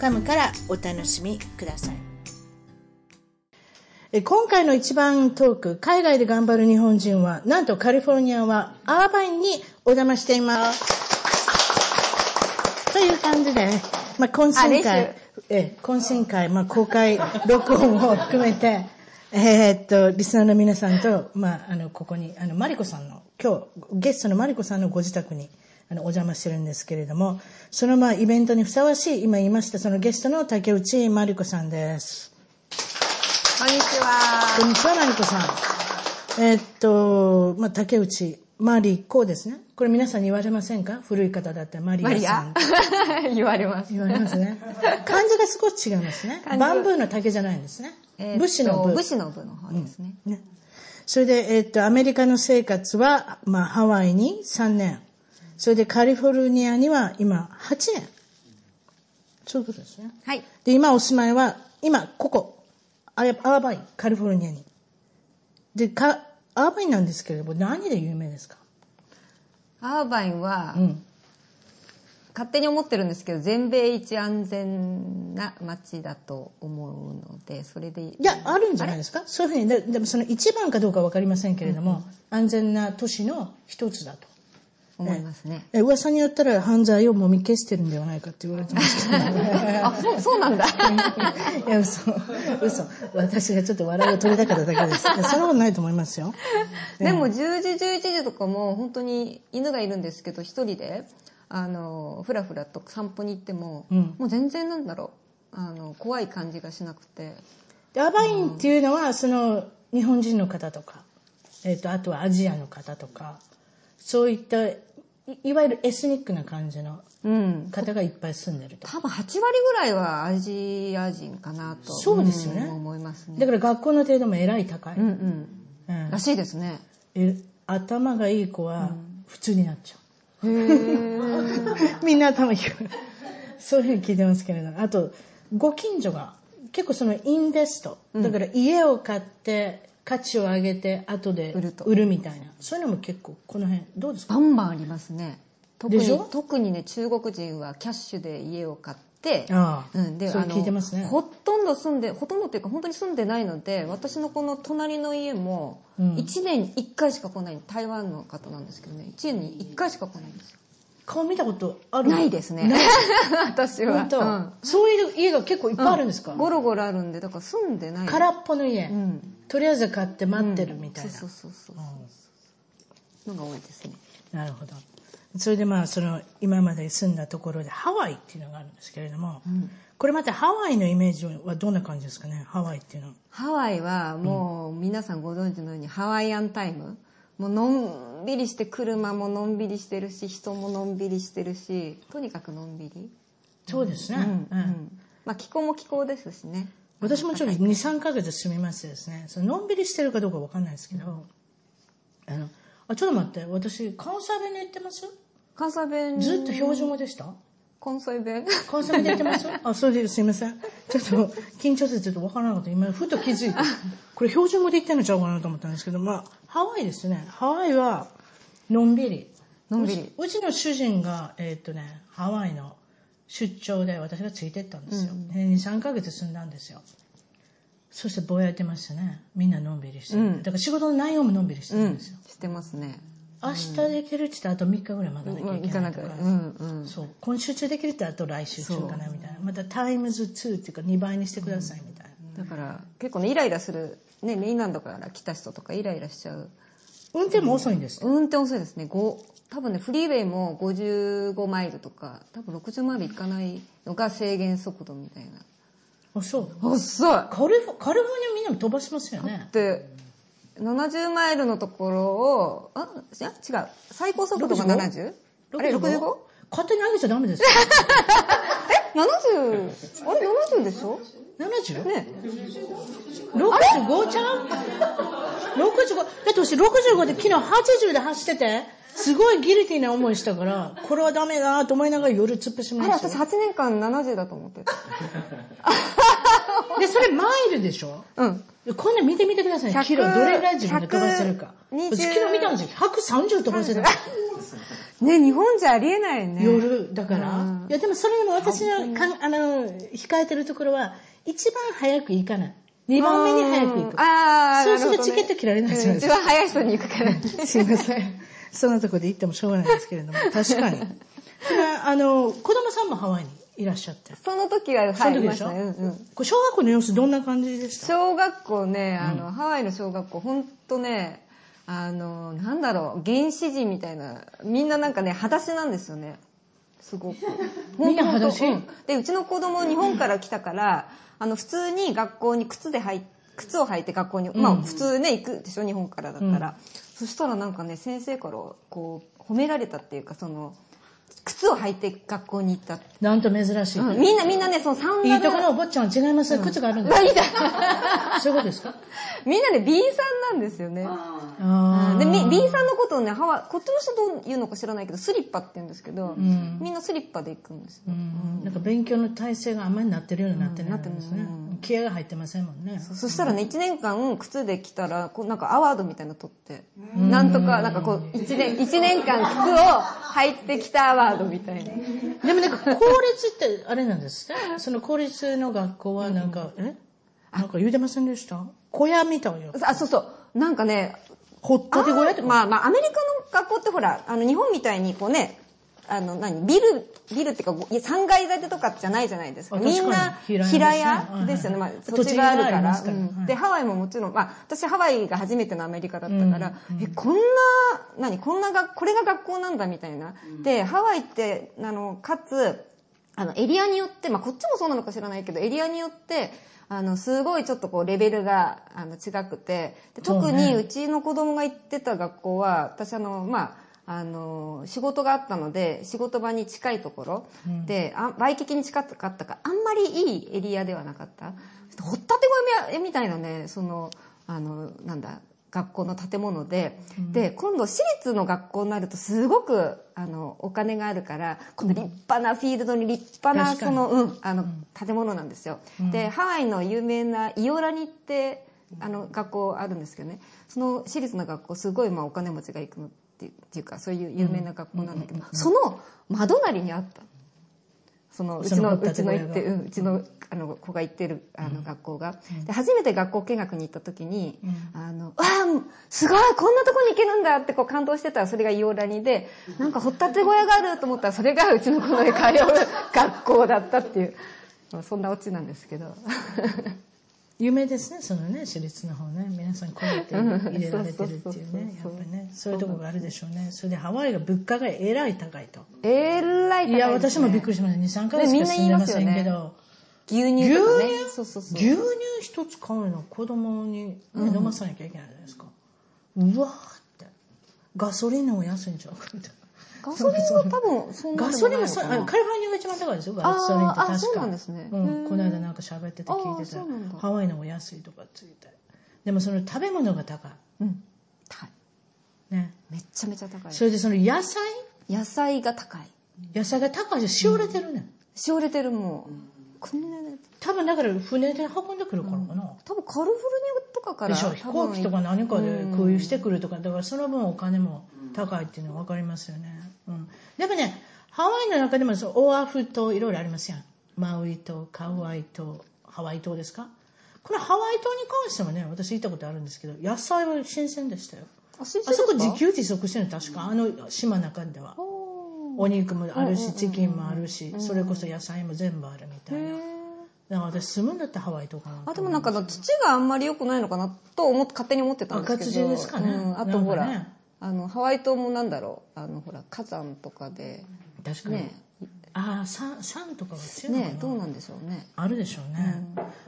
.com からお楽しみくださいえ今回の一番トーク海外で頑張る日本人はなんとカリフォルニアはアーバインにお邪魔していますという感じで、まあ、懇親あ練会え懇親会、まあ、公開録音を含めてえーっとリスナーの皆さんと、まあ、あのここにあのマリコさんの今日ゲストのマリコさんのご自宅にあのお邪魔してるんですけれどもその、まあ、イベントにふさわしい今言いましたそのゲストの竹内マリコさんです。こんにちこんは。にちは、マリコさん。えーっと、まあ、竹内、マリコですね。これ皆さんに言われませんか古い方だったらマリマアリさアん。言われます。言われます ね。漢字が少し違いますね。漢字バンブーの竹じゃないんですね。えーと武士の武武。士の部の方ですね。ね、それで、えーっと、アメリカの生活は、まあ、ハワイに3年。それでカリフォルニアには今8年。そういうことですね。はい。で、今お住まいは、今、ここ、アーバイン、カリフォルニアに。で、か、アーバインなんですけれども、何で有名ですかアーバインは、うん。勝手に思ってるんですけど、全米一安全な街だと思うので、それでいいや、あるんじゃないですかそういうふうに、ででもその一番かどうかわかりませんけれども、安全な都市の一つだと。思いますね。え、噂によったら犯罪をもみ消してるんではないかって言われてますけど。 あ、そう、そうなんだ。いや、嘘。嘘。私がちょっと笑いを取りたかっただけです。いやそんなことないと思いますよ。でも10時、11時とかも本当に犬がいるんですけど、一人で、あの、ふらふらと散歩に行っても、うんもう全然なんだろう。あの、怖い感じがしなくて。でアバインっていうのはその日本人の方とか、えー、とあとはアジアの方とかそういったいいわゆるエスニックな感じのうん。方がいっぱい住んでると多分8割ぐらいはアジア人かなと。そうですよねん思いますね。だから学校の程度もえらい高い、うんうん。うんらしいですね。え頭がいい子は普通になっちゃへえ。う、 みんな頭いいそういうふうに聞いてますけれどあとご近所が結構そのインベストだから家を買って価値を上げて後で売ると売るみたいなそういうのも結構この辺どうですかバンバンありますね。特でしにょ、特にね、中国人はキャッシュで家を買って、ああうん、でそうあの聞いてますねほとんど住んでほとんどっていうか本当に住んでないので私のこの隣の家もうん1年に1回しか来ない台湾の方なんですけどね1年に1回しか来ないんですよ顔見たことあるないですね 私は本当、うんそういう家が結構いっぱいあるんですか、ゴロゴロあるんでだから住んでない空っぽの家、うんとりあえず買って待ってるみたいな、そうそうそうそうのが多いですねなるほどそれでまあその今まで住んだところでハワイっていうのがあるんですけれども、これまたハワイのイメージはどんな感じですかねハワイっていうのはハワイはもう皆さんご存知のようにハワイアンタイムもうのんびりして車ものんびりしてるし人ものんびりしてるしとにかくのんびりそうですね、うんううんんまあ気候も気候ですしね私もちょっと23ヶ月住みましてですねそののんびりしてるかどうかわかんないですけど、あのあちょっと待って私関西弁で言ってます関西弁ずっと標準語でした、関西弁コンソメでやってます あ、そうです。すいません。ちょっと、緊張してちょっとわからなかった。今、ふと気づいて。これ標準語で言ってんのちゃうかなと思ったんですけど、まあ、ハワイですね。ハワイは、のんびり。のんびりうちうちの主人が、えーっとね、ハワイの出張で私がついてったんですよ。で2、3ヶ月住んだんですよ。そしてぼやいてましたね。みんなのんびりしてる。うんだから仕事の内容ものんびりしてうるんんですよ。してますね明日できるって言ったらあと3日ぐらいまだできうんいいけかなないとくか。うんうんそう今週中できるってあと来週中かなみたいなまたタイムズ2っていうか2倍にしてくださいみたいな、だから結構ねイライラするねメインランドから来た人とかイライラしちゃう運転も遅いんですよ、運転遅いですねご多分ねフリーウェイも55マイルとか多分60マイルいかないのが制限速度みたいなあそう遅いだカリフォカリフォルニアみんなも飛ばしますよねって70マイルのところをあいや違う最高速度が 70? あれ 65? 勝手に上げちゃダメですよえ70、あれ70でしょ 70? ね。 65ちゃう ?65? だって私65で昨日80で走ってて、すごいギルティな思いしたから、これはダメだなと思いながら夜突っ走りあまれ、した私よ。 8年間70だと思ってた。で、それマイルでしょうん。こんなん見てみてください。 100キロどれぐらい自分で飛ばせるか。 120私昨日見たんですよ。130飛ばせたの。ね、日本じゃありえないよね。夜だから、うんいやでもそれでも私のかんあの控えてるところは一番早く行かない二番目に早く行くあーあー、そうするとなほどチケット切られないじゃないですうん一番早い人に行 くからね。すいませんそんなとこで行ってもしょうがないですけれど も確かにそれはあの子供さんもハワイにいらっしゃってその時はそ入の時りまでししょ、たね。うんうんこれ小学校の様子どんな感じでした小学校ね、あの、ハワイの小学校、ほんとね、あの、なんだろう、原始人みたいな、みんななんかね、裸足なんですよね。す ごく。みんな裸足ほんとほんとうんで、うちの子供、日本から来たから、あの、普通に学校に靴で入っ靴を履いて学校に、まあ普通ね、行くでしょ、日本からだったら。そしたらなんかね、先生から、こう、褒められたっていうか、その、靴を履いて学校に行ったって。なんと珍しい、うんみんな、みんなね、そのサンダル。いいとこのお坊ちゃんは違います、靴があるんですみた いそういうことですかみんなね、B さんなんですよね。あーで、み B さんのことをね、ハワイ、こっちの人どう言うのか知らないけど、スリッパって言うんですけど、んみんなスリッパで行くんですよ。うんなんか勉強の体制があんまりなってるようになってないんですね、うんなって気合が入ってませんもんねそしたらね、1年間靴で来たら、こうなんかアワードみたいなの取って、なんとか、なんかこう、1年、一年間靴を履いてきたアワードみたいな。でもなんか公立ってあれなんです ねその公立の学校はなんか、えなんか言うてませんでした小屋みたいよあ、そうそう。なんかね、ほっとけ小屋とか、まあまあ、アメリカの学校ってほら、あの、日本みたいにこうね、あの、何、ビル、ビルっていうか、3階建てとかじゃないじゃないですか。あ確かみにんな平屋ですね平屋ですよね。まはいあはい、土地があるか土地がありまらす。からうんはいで、ハワイももちろん、まあ、私ハワイが初めてのアメリカだったから、え、こんな、何、こんなが、これが学校なんだみたいな。で、ハワイって、あの、かつ、あの、エリアによって、まあ、こっちもそうなのか知らないけど、エリアによって、あの、すごいちょっとこう、レベルが、あの、違くて、で特そうねにうちの子供が行ってた学校は、私あの、まあ、あの、仕事があったので、仕事場に近いところ、で、あワイキキに近かったから、あんまりいいエリアではなかった。ほったて小屋みたいなね、その、あの、なんだ、学校の建物で、で、今度私立の学校になるとすごく、あの、お金があるから、この立派なフィールドに立派な、確かそにの、うん、あの、建物なんですよ。で、ハワイの有名なイオラニって、あの、学校あるんですけどね、その私立の学校、すごい、まあ、お金持ちが行くのっていうっていうか、そういう有名な学校なんだけど、その窓なりにあった。その、うちその掘の、ったうてち小の屋が行って、うん、うちの、あの、子が行ってる、あの、学校が。で、初めて学校見学に行った時に、あの、わあすごいこんなとこに行けるんだって、こう、感動してたら、それがイオラニで、なんか、掘ったて小屋があると思ったら、それがうちの子の通う学校だったっていう、まあそんなオチなんですけど。 有名ですねそのね私立の方ね皆さんこうやって入れられてるっていうねやそうそうそうそうっぱねそういうとこがあるでしょうねそれでハワイが物価がえらい高いとえらい高いですね、いや私もびっくりしました23ヶ月しか住んでませんけど、牛乳とかね。牛乳そうそうそう。牛乳一つ買うの子供に、ね、飲まさなきゃいけないじゃないですか、うわーってガソリンの方が安いんちゃうかみたいなガソリンは多分、そんなガでソもリないンはのかそなうあカリフォルニアが一番高いですよガソリンって確かあそうなんですねうんこの間なんか喋ってて聞いてたあらそうなんだハワイの方が安いとかついてでもその食べ物が高うん。高い。いねめちゃめちゃ高い。それでその野菜野菜が高い。野菜が高いでしおれてるね、ん、しおれてるもう。こんなね、多分だから船で運んでくるからかな、多分カリフォルニアとかから。でしょ飛行機とか何かで空輸してくるとかだからその分お金も高いっていうのは分かりますよね、うん、でもねハワイの中でもそのオアフ島いろいろありますやんマウイ島カウアイ島ハワイ島ですかこのハワイ島に関してもね私行ったことあるんですけど野菜は新鮮でしたよあ、新あ鮮そこ自時期。給自足してるの確かあの島の中ではお肉もあるしチキンもあるしそれこそ野菜も全部あるみたいなだから私住むんだったらハワイ島かなとあ、でもなんかあの土があんまり良くないのかなと思って、勝手に思ってたんですけど。あ活字ですかねうんあとほなんからね、あの、ハワイ島もなんだろう。あの、ほら、火山とかで。確かに、ね。ああ酸酸とかが強いのかな、ね、どうなんでしょうね。あるでしょうね、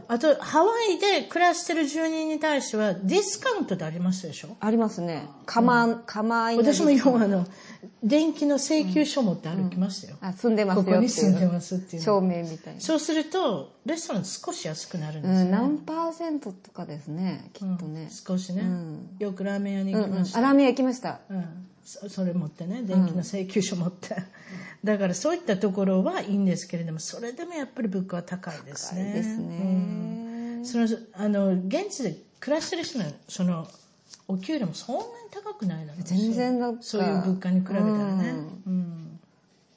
あとハワイで暮らしてる住人に対してはディスカウントってありますでしょありますね。釜、釜いの私も要はあの電気の請求書持って歩きましたよ。あ、住んでますこよってこいう。に住んでますっていうの。証明みたいな。そうすると、レストラン少し安くなるんでうすん、よ、何ね。パーセントとかですね、きっとね。少しね、うんよくラーメン屋にうん行うきん。ました。あ、ラーメン屋行きました。うん、そそれ持ってね電気の請求書持って、だからそういったところはいいんですけれどもそれでもやっぱり物価は高いですねですうねん。そのあの現地で暮らしてる人のそのお給料もそんなに高くないだろうし全然なんかそういう物価に比べたらね、うん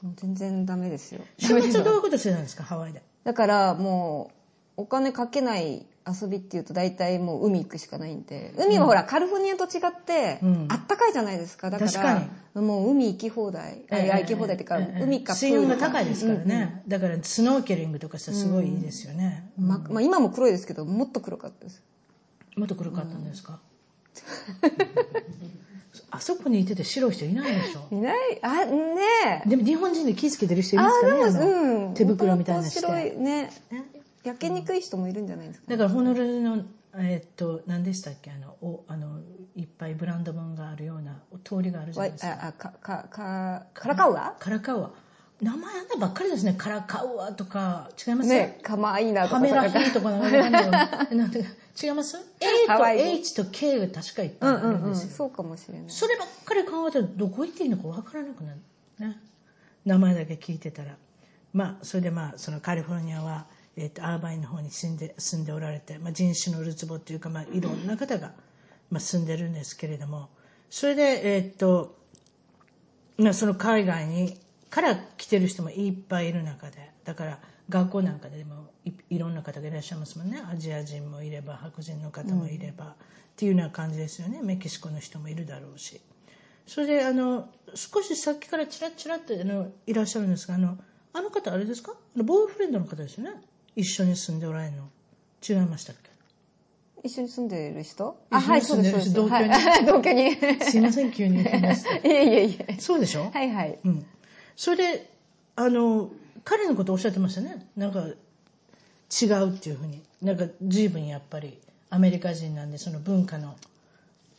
もう全然ダメですよ。週末どういうことしてたんですかハワイでだからもうお金かけない遊びっていうと大体もう海行くしかないんで海はほらカリフォルニアと違ってうんあったかいじゃないですかだか確からもう海行き放題あいや行き放題っていうかええ海かプー水ル温が高いですからね、だからスノーケリングとかしたらすごいいいですよね、ままあ今も黒いですけどもっと黒かったですもっと黒かったんですか、 あそこにいてて白い人いないでしょいないあねえでも日本人で気付けてる人いあますーかねであのもうん手袋みたいなの元して々白いねね焼けにくい人もいるんじゃないですかだからホノルルのえーっと何でしたっけあのおあのいっぱいブランド物があるような通りがあるじゃなわいいですかああかかかカラカウアカラカウア名前あんなばっかりですねカラカウアとか違いますねかまいいなとカかメラフィーとかなんかわかんないわ なんて違います ?A ハとワイ語 H と K が確かいっうぱいんうあるんんうでんすよそうかもしれないそればっかり考えたらどこ行っていいのかわからなくなるね名前だけ聞いてたらまあそれでまあそのカリフォルニアは、えー、とアーバインの方に住んで住んでおられて、まあ、人種のるつぼというか、まあ、いろんな方が、まあ、住んでるんですけれどもそれでえっ、と、まあ、その海外にから来てる人もいっぱいいる中でだから学校なんかでもいいろんな方がいらっしゃいますもんねアジア人もいれば白人の方もいれば、っていうような感じですよねメキシコの人もいるだろうし。それであの少しさっきからチラッチラッとあのいらっしゃるんですがあのあの方あれですかあのボーイフレンドの方ですよね一緒に住んでおられるの違いましたっけ一緒に住んでる人一緒に住んでる人そうですそうです はい 同居に。すいません急に言いま したいえいえいえ。そうでしょ、はいはい。うん、それであの彼のことおっしゃってましたねなんか違うっていうふうになんか随分やっぱりアメリカ人なんでその文化の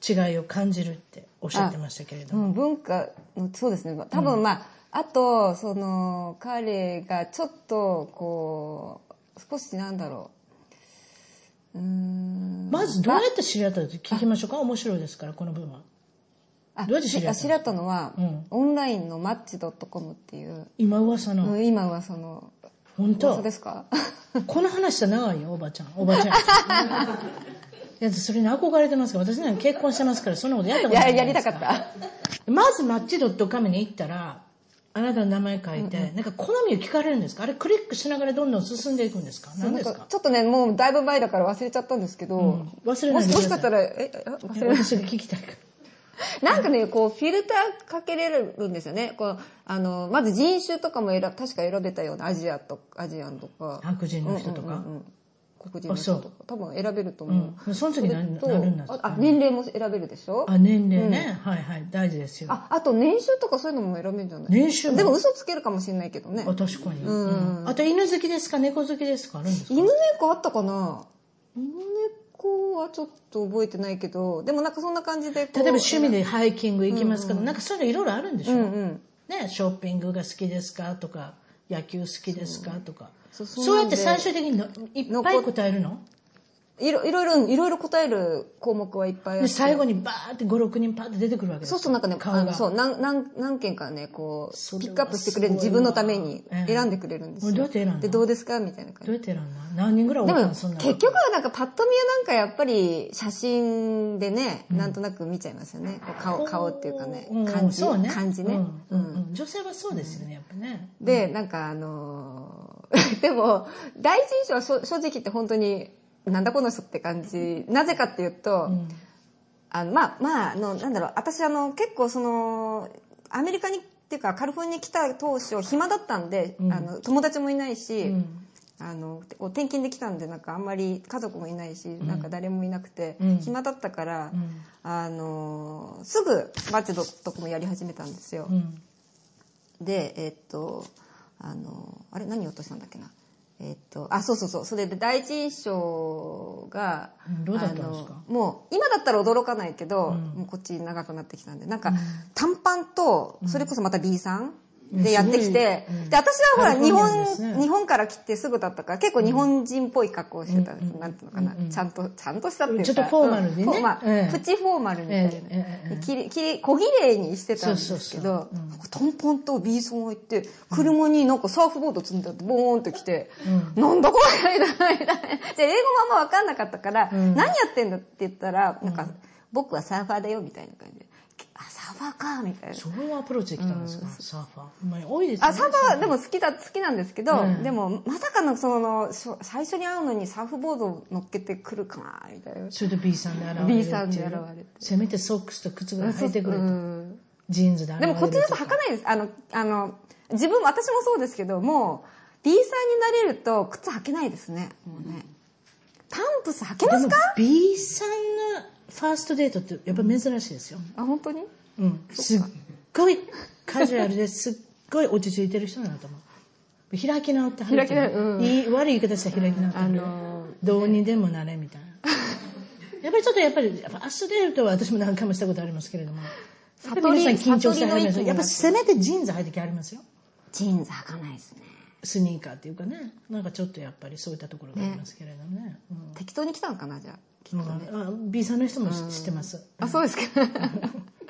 違いを感じるっておっしゃってましたけれどうもん、文化の、そうですね。多分まあ、あと、その、彼がちょっと、こう、少しなんだろう。うーん。まずどうやって知り合ったのって聞きましょうか面白いですからこの分は。あどうやって知り合ったの知り合ったのは、うんオンラインのマッチ .com っていう、今噂の、うん今はその、本噂当ですかこの話したら長いよおばちゃんおば ちゃんいやそれに憧れてますから私なんか結婚してますからそんなことやったことなや、いじやゃなりいでたすかった。まずマッチドットカメに行ったらあなたの名前書いて、なんか好みを聞かれるんですかあれクリックしながらどんどん進んでいくんですか何ですなんかちょっとね、もうだいぶ前だから忘れちゃったんですけど、忘れもないしでもくしかだしたさいら、え、え忘いれや私が聞きたいからなんかね、こう、フィルターかけれるんですよね。こう、あの、まず人種とかも選確か選べたような、アジアとか、アジアンとか。白人の人とかうんうんうん黒人の人とか。多分選べると思うう。んその時何れとなるんだああ、年齢も選べるでしょあ年齢ね、はいはい大事ですよああ、あと年収とかそういうのも選べるんじゃない年収もでも嘘つけるかもしれないけどね。確かに、んうんあと犬好きですか猫好きですかあるんですか犬猫あったかな犬猫はちょっと覚えてないけど、でもなんかそんな感じでこう。例えば趣味でハイキング行きますけど、なんかそういうのいろいろあるんでしょ、うんうん。ね、ショッピングが好きですかとか野球好きですかとかそそううそうやって最終的にのいっぱい答えるのいろいろいろ、いろいろ答える項目はいっぱいあってで最後にバーって56人パーって出てくるわけですそうするとなんかね、顔があのそう何何何件かね、こ、そうれピはックアップしてくれる自分のためにすごいわええ選んでくれるんですよ。どうやって選んだで、どうですかみたいどなう感やって選んだ何人ぐらいじ。おっでたも、のそんなの結局はなんかパッと見はなんかやっぱり写真でね、なんとなく見ちゃいますよね。こう顔、顔っていうかねうん、感じ、そうね感じね。うんうんうん女性はそうですよねやっぱねで、なんかあのー でも、第一印象はしょ正直言って本当に、なんだこの人って感じ。なぜかっていううと、んあのまあまああのなんだろう私あの結構そのアメリカにっていうかカリフォルニアに来た当初暇だったんで、うんあの友達もいないし、うんあのこう転勤できたんでなんかあんまり家族もいないし、なんか誰もいなくて、うん暇だったから、うんあのすぐマッチドとかもやり始めたんですよう、んでえっとあのあれ何を落としたんだっけなえっと、あ、そうそうそう。それで第一印象が、うんどうだったんですかあのもう、今だったら驚かないけど、うんもうこっち長くなってきたんで、なんか、短パンと、それこそまた B さんうんでやってきて、うんで、私はほら、カリ日フォルニア本、ですね日本から来てすぐだったから、結構日本人っぽい格好をしてた、うんなんていうのかな、うんちゃんと、ちゃんとしたっていうか。ちょっとフォーマルにねうんフォーマルええプチフォーマルみたいな。ええええええきれきれ小綺麗にしてたんですけそうどそうそううん、トンポンと B ソン置いて、車になんかサーフボード積んであって、ボーンって来て、うなんだこれみたいな。じゃあ英語もあんま分かんなかったから、うん何やってんだって言ったら、なんか、僕はサーファーだよみたいな感じで。あ、サーファーかみたいな。そういうアプローチできたんですか、サーファー。うまい多いですね。あ、サーファーでも好きだ、好きなんですけど、うんでも、まさかのその、しょ最初に会うのにサーフボードを乗っけてくるかなみたいな。それで B さんで現れる B さんで現れてせめてソックスと靴が履いてくれと、うんジーンズで現でれるもこっちだと履かないです。あの、あの、自分、私もそうですけど、もう、B さんになれると靴履けないですね。もうね。パンプス履けますでかも B さんのファーストデートってやっぱ珍しいですよ、あ、本当にうんすっごいカジュアルですっごい落ち着いてる人なんだと思う開き直って開き直ってうんいい悪い言い方したら開き直って、あのどうにでもなれみたいなやっぱりちょっとやっぱりファーストデートは私も何回もしたことありますけれどもやっぱり皆さん緊張してはります悟りの域になってるやっぱせめてジーンズ履いてきはりますよジーンズ履かないですね。スニーカーっていうかねなんかちょっとやっぱりそういったところがありますけれどもねうん適当に来たのかな、じゃあ。きっとうんね。あ B さんの人も知知ってますあ、そうですか。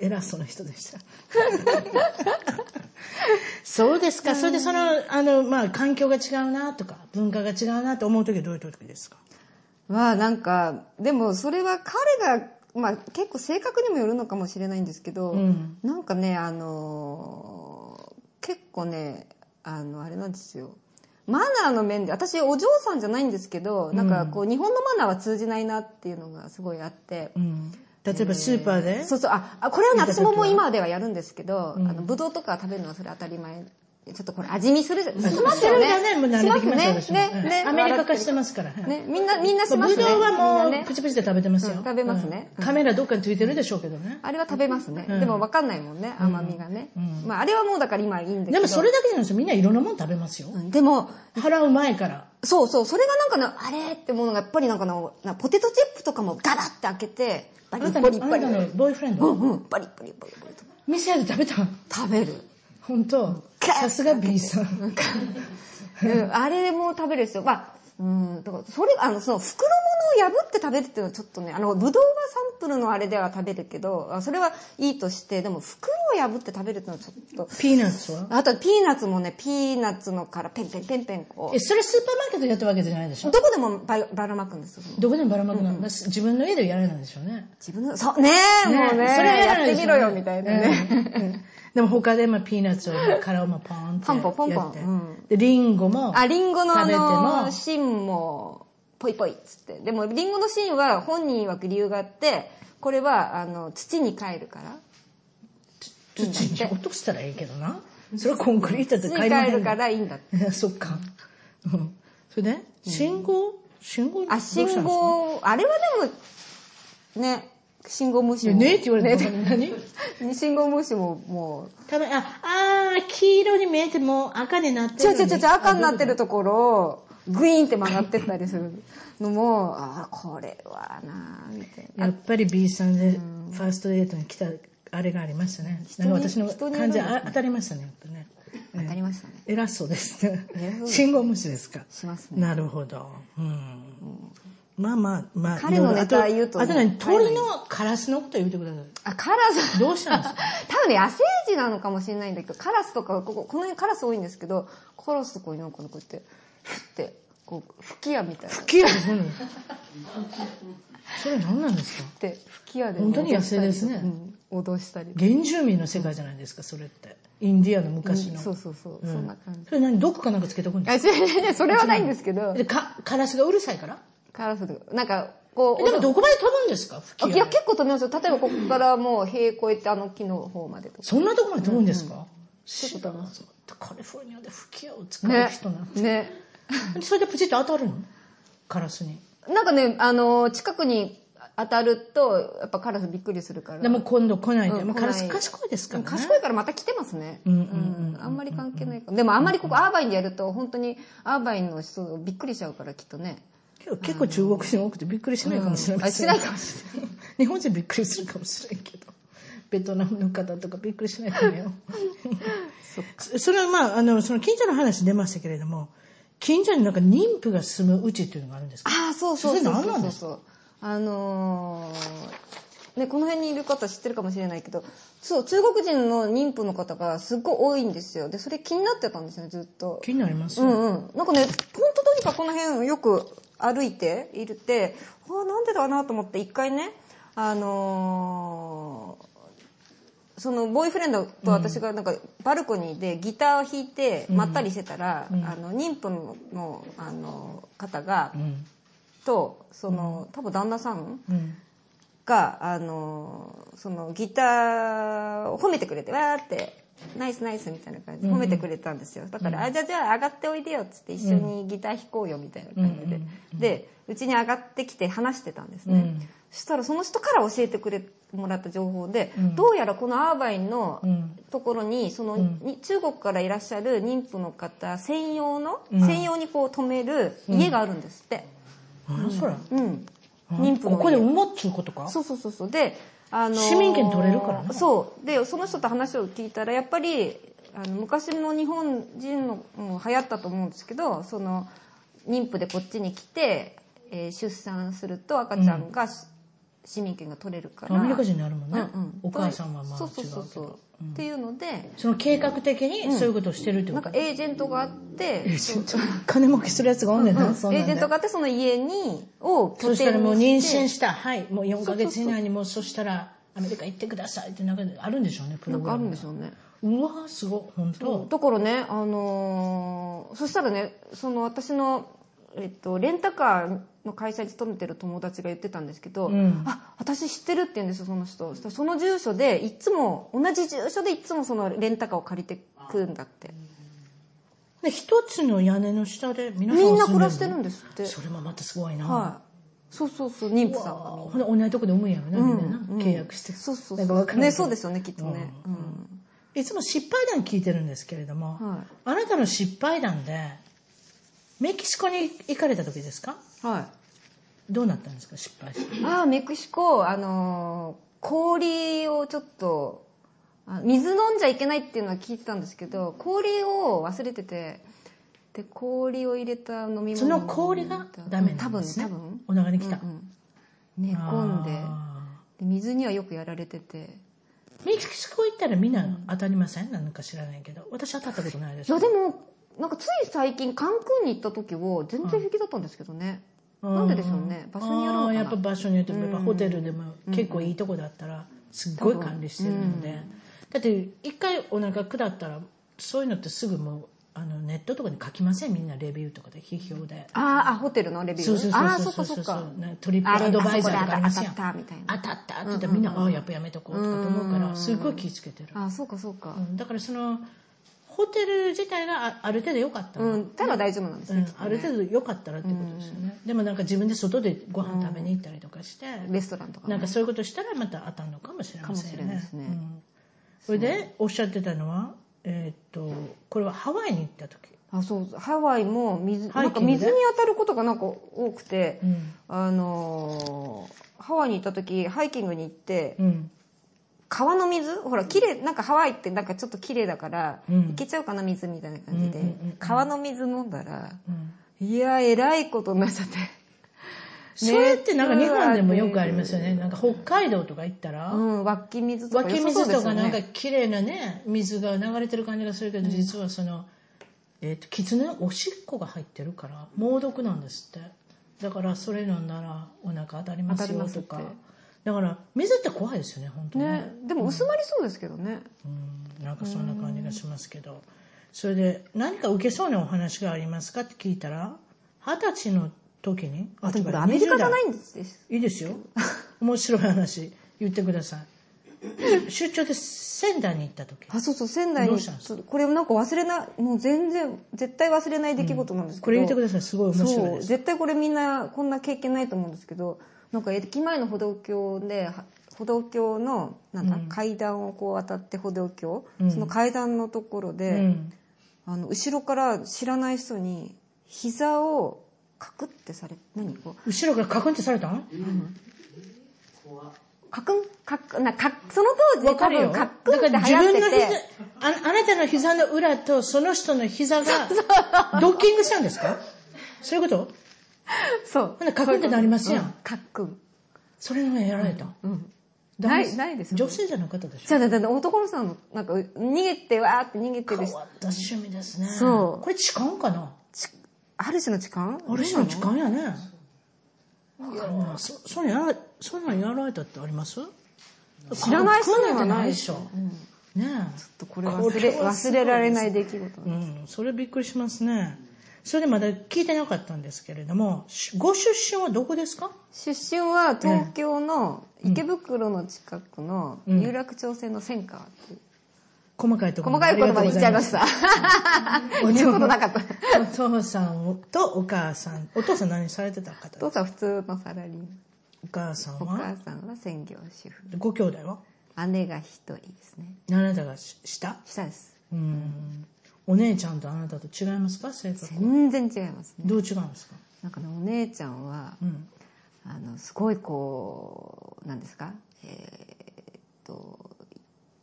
偉そうな人でした そうですかそれでそのあの、まあ、環境が違うなとか文化が違うなと思う時はどういう時ですかまあなんか、でもそれは彼が、まあ結構性格にもよるのかもしれないんですけど、うんなんかね、あのー結構ね、あの、あれなんですよ。マナーの面で、私お嬢さんじゃないんですけど、なんかこう日本のマナーは通じないなっていうのがすごいあって、うん例えばスーパーで、そうそう、あ、あこれはね見た時私はももう今ではやるんですけど、うんあの、ぶどうとか食べるのはそれ当たり前。ちょっとこれ味見するじゃん。うんしますよね。それがねもう慣れてきましたしますね。ね、ね。アメリカ化してますからね、みんな、みんなしぶどうますね。はみんなもうねプチプチで食べてますよ、うん食べますねうんカメラどっかについてるでしょうけどね、あれは食べますね。うんでも分かんないもんね、甘みがね。うんまあ、あれはもうだから今いいんだけど。でもそれだけじゃないですよみんないろんなもの食べますよ、うんでも、払う前からそうそう、それがなんかね、あれってものがやっぱりなんかな、なポテトチップとかもガバッて開けて、バあリなたバのあリバなリた。のボーイフレンうド、んうん、バリバリバリバリと。店で食べた食べる。本当さすが B さんうんあれも食べるですよ。まあ、うん、だから、それ、あの、その、袋物を破って食べるっていうのはちょっとね、あの、ぶどうはサンプルのあれでは食べるけど、あそれはいいとして、でも、袋を破って食べるっていうのはちょっと、ピーナッツはあと、ピーナッツもね、ピーナッツのからペンペンペンペンこうえ、それスーパーマーケットでやったわけじゃないでしょどこでもばばらまくんですよ。どこでもばらまくな、まあす自分の家でやらないんでしょうね。自分の、そう、ねえ、もうねそれはやらなっいてでしみょろうよ、みたいなね。。うんうんでも他でまあピーナッツを殻をもポンってポンポンポンポンやってうんで、リンゴも。あ、リンゴのあ食べての、も芯も、ぽいぽいっつって。でも、リンゴの芯は本人曰く理由があって、これは、あの、土に帰るから。土に落としたらええけどな。それはコンクリートで土にまへ帰んのるからいいんだって。いや そっか。うんそれで、信号信号あ、信どう号、あれはでも、ね、信号無視したも。んですかいやねえって言われてねも何 信号無視も、もう、たまあ、あー黄色に見えてもう赤になってちるょのに。ちょちょちょ、赤になってるところを、グイーンって曲がってったりするのも、ああ、これはなあみたいな。やっぱり B さんでファーストデートに来たあれがありましたね。なんか私の人に感じ人によあ当たりましたね。やっぱね当たりましたね。偉そうですね偉そう。です信号無視ですか。しますね。なるほど。うん。まあまあまあ。彼のネタいろいろ言うとあとあと何鳥のカラスのこと言ってください。あ、カラス。どうしたんですか 多分ね、野生児なのかもしれないんだけど、カラスとか、ここ、この辺カラス多いんですけど、カラスとかになんかねこうやって、ふって、こう、吹き矢みたいな。吹き矢ですね。それ何なんですかで、吹き矢で。本当に野生ですねうん、脅したり。原住民の世界じゃないですか、それって。インディアの昔の。そうそうそう、うんそんな感じ。それ何毒かなんかつけておくんであ、す違う違う違うそれはないんですけどか、でかカラスがうるさいからカラスとか、なんか、こえう、でもどこまで飛ぶんですか吹き矢いや、結構飛びますよ。例えばここからもう塀越えてあの木の方までとか。そんなとこまで飛ぶんですか、ちょっとなカリフォルニアで吹き矢を使う人なんて、ね。それでプチッと当たるのカラスになんかね、あの、近くに、当たると、やっぱカラスびっくりするから。でも今度来ないで、うんもうカ来ないラス賢いですからね。賢いからまた来てますね。うんうんうんあんまり関係ないか。でもあんまりここアーバインでやると、本当にアーバインの人びっくりしちゃうからきっとね。けど結構中国人多くてびっくりしないかもしれうんまあせしん。ないかもしれない。 日本人びっくりするかもしれんけど。ベトナムの方とかびっくりしないかもよ。そそれはまあ、あの、その近所の話出ましたけれども、近所になんか妊婦が住むうちというのがあるんですかああ、そうそうそそれう何なんそでうすそう。あのーね、この辺にいる方知ってるかもしれないけど、そう、中国人の妊婦の方がすっごい多いんですよ。で、それ気になってたんですよ、ずっと。気になります、うんうん。なんかね、ほんととにかくこの辺をよく歩いているって、ああ、なんでだなと思って一回ね、あのーそのボーイフレンドと私がなんかバルコニーでギターを弾いてまったりしてたら、あの妊婦のあの方が、うん。とその多分旦那さんうん。が、あのーそのギターを褒めてくれて、わーって、ナイスナイスみたいな感じで褒めてくれたんですよ。だから、あ、じゃあじゃあ上がっておいでよっつって一緒にギター弾こうよみたいな感じで。で、うちに上がってきて話してたんですね。うんそしたらその人から教えてくれ、もらった情報で、どうやらこのアーバインのうんところに、その、に中国からいらっしゃる妊婦の方専用の、うん専用にこう止める家があるんですって。何それ。うん。うん妊婦の家ここで産もうっちゅうことかそうそうそうそうで、あのー市民権取れるからねそうでその人と話を聞いたらやっぱりあの昔の日本人のも流行ったと思うんですけどその妊婦でこっちに来て、えー出産すると赤ちゃんが、し市民権が取れるからアメリカ人になるもんね。うんうんお母さんはまあ違そううけそうそうそうど。、っていうのでその計画的にそういうことをしてるってこなんとかエージェントがあってそう金儲けするやつがおんねんな、そんエなんーでジェントがあってその家にをそ拠点にしたらもう妊娠した、はい、もう4ヶ月以内にもうそしたらアメリカ行ってくださいってなんかあるんでしょうね、プなロんグかラあるムんでがしょうねうわーすごい、本当。だからね、あのーそしたらねその私の、えっと、レンタカーの会社に勤めてる友達が言ってたんですけど、あ私知ってるって言うんですよその人そしたらその住所でいつも同じ住所でいつもそのレンタカーを借りてくんだってで、一つの屋根の下で皆さんみんなは住暮らでしてのるんですってそれもまたすごいな。はいそうそうそう妊婦さんがほんで同じとこで産むんやろな、みんなな、契約して。そうそうなんかわかそらうんねけどそうですよねきっとね、うんいつも失敗談聞いてるんですけれども、はいあなたの失敗談で、メキシコに行かれた時ですかはいどうなったんですか、失敗して。ああ、メキシコ、あのー氷をちょっと、あ水飲んじゃいけないっていうのは聞いてたんですけど、氷を忘れてて、で、氷を入れた飲み物。その氷がダメなんですね。多分、お腹に来多た。分。うん、寝込んであで、水にはよくやられてて。ーメキシコ行ったらみんな当たりませんなんか知らないけど。私当たったことないでいす。や、でも、なんかつい最近、カンクンに行った時を全然平気だったんですけどね。うんなんででしょうね。場所によるあのかーな。やっぱ場所によってやっぱホテルでも結構いいとこだったらすっごい管理してるので、だって一回お腹下ったらそういうのってすぐもうあのネットとかに書きませんみんなレビューとかで批評であーあ、ホテルのレビュー。そうそうそうああ、そそうっそかうそそうっか。トリップアドバイザーとかありあれまあすそこやでん当たったみたいな当たったって言ったらみんな、ああやっぱやめとこうとかって思うからすっごい気ぃつけてる、ああ、そうかそうか。うんだからそのホテル自体があある程度良かったの、うん、ただ大丈夫なんですうねんきっとねある程度良かったらってことですよね、でもなんか自分で外でご飯食べに行ったりとかして、レストランとかねなんかそういうことしたらまた当たるのかもしれませんよかもしれないねですねうんそれでおっしゃってたのはえーっとこれはハワイに行った時あそうハワイも水ハイなんキかングで水に当たることがなんか多くて、んあのーハワイに行った時ハイキングに行って、うん川の水ほら綺麗なんかハワイってなんかちょっと綺麗だから、行けちゃうかな水みたいな感じで、川の水飲んだら、いやえらいことになっちゃってそれってなんか日本でもよくありますよねなんか北海道とか行ったら、うん湧き水とか湧き水とかなんか良さそうですよね綺麗なね水が流れてる感じがするけど、実はそのえーっと狐のおしっこが入ってるから猛毒なんですってだからそれ飲んだらお腹当たりますよとか当たりますってだから水って怖いですよね本当にねねでも薄まりそうですけどね、うんなんかそんな感じがしますけど、それで何か受けそうなお話がありますかって聞いたら、二十歳の時に、ああでもこれアメリカじゃないいんですいいですよ。面白い話、言ってくだ さい。出張で仙台に行った時。あ、そうそう、仙台どにうしたんです、これなんか忘れない、もう全然、絶対忘れない出来事なんですけど。これ言ってください、すごい面白いそでう、す。絶対これみんな、こんな経験ないと思うんですけど、なんか駅前の歩道橋では歩道橋のなんだ、うん階段をこう渡って歩道橋、うんその階段のところで、うんあの後ろから知らない人に膝をカクってされ何こう後ろからカクンってされたんカクンカクンなカクその当時わか多るよ。分カだクンっかてら自流行分っのて膝て、ああなたの膝の裏とその人の膝がドッキングしたんですかそういうことそ うほんでカクンってなりますやんうカクンそれがやられた。うんな男いないですよ女性じゃなかったでしじょゃあだって男の人のなんか逃げてわーって逃げて変わるっ人た趣味ですね。そうこれ痴漢かなちある種の痴漢あれの痴漢やね。いやそ、そんなんやら、そんなんやられたってあります知らない人にはそんんてないでしょ。ねえ。ちょっとこれ忘れこれはす忘ごいれられない出来事うん、それびっくりしますね。それでまだ聞いてなかったんですけれども、しご出身はどこですか出身は東京の池袋の近くの有楽町線の千川っていう細かいところ細かいことまで言っちゃいましした。 言うことなかった。た。お父さんとお母さん。お父さん何されてたお方父さん普通のサラリーマン。お母さんお母はさんは専業主婦。ご兄弟は姉が一人ですね。あなたがし下下です。うん。お姉ちゃんとあなたと違いますか性格。全然違いますね。どう違うんですかなんかね、お姉ちゃんは、うん。あの、すごいこう、なんですかえーっと、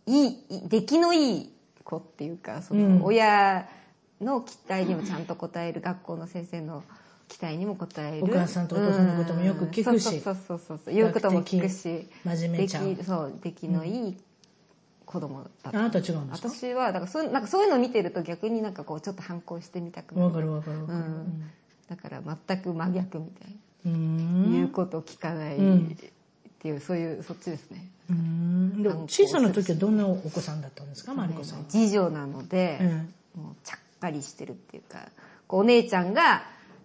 いい、いい出来のいい子っていうか、そうんの、親の期待にもちゃんと応える、学校の先生の期待にも応える。お母さんとお父さんのこともよく聞くしうんそうそうそうそうそう、言うことも聞くし。真面目ちゃん出来そう、出来のいい子供だあった。なたは違うんですか私は、だからそういう、なんかそういうのを見てると逆になんかこう、ちょっと反抗してみたくなわる。かるわかるわかうる。ん。だから全く真逆みたいな。うん言うことを聞かないっうんていう、そういうそっちですねうんで反抗小さな時はどんなお子さんだったんですかマリコさんは。次女なので、うんもうちゃっかりしてるっていうかこうお姉ちゃんが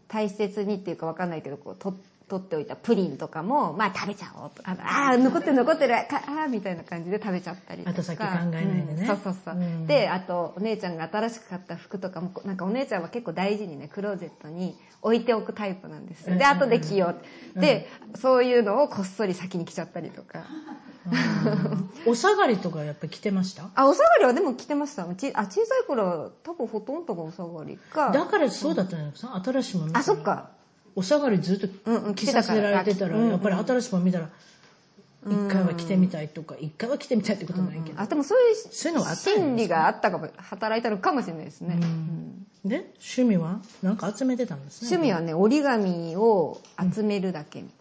大切にっていうかわかんないけどこうと取っておいたプリンとかもまあ食べちゃおうとあのあー残ってる残ってるかああみたいな感じで食べちゃったりとか後先考えないでねうんそうそうそう、うんであとお姉ちゃんが新しく買った服とかもこうなんかお姉ちゃんは結構大事にねクローゼットに置いておくタイプなんですよで後で着よう、でそういうのをこっそり先に着ちゃったりとかお下がりとかやっぱり着てましたあ、お下がりはでも着てました。ちあ小さい頃は多分ほとんどがお下がりか。だからそうだったんですか新しいもの見たらあ、そっ。か。お下がりずっうんうとん着させられてたら、着てたからやっぱり新しいもの見たら、一回は着てみたいとか、一回は着てみたいってことないけどあ、。でもそういうそういうのはあったんですね心理があったかも、働いたのかもしれないですね。で、趣味はなんか集めてたんですね。趣味はね、折り紙を集めるだけみたい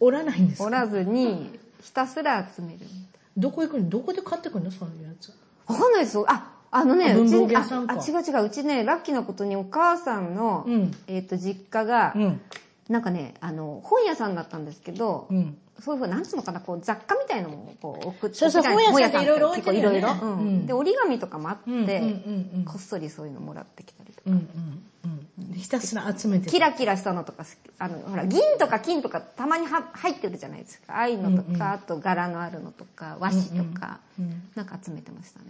折らないんですな。か折らずに、ひたすら集めるみたいどこ行くのどこで買ってくるのそういうやつ。な。わかんないですよ。あ、あのね、あうち文房具に、屋あ、さんかあ違う違う、うちね、ラッキーなことにお母さんの、うんえっ、と、実家が、うん。なんかね、あの、本屋さんだったんですけど、うん。そういうふうなんつうのかな、こう雑貨みたいのもこう送ってそうそう置きたい本屋さんっていろいろ置いてるよね結構いろいろううんんで、折り紙とかもあって、うんうんうんうんこっそりそういうのもらってきたりとか。うんうんうん。ひたすら集めてたキラキラしたのとか好き、あの、ほら、銀とか金とかたまには入ってるじゃないですか。ああいうのとか、あと柄のあるのとか、和紙とか、なんか集めてましたね。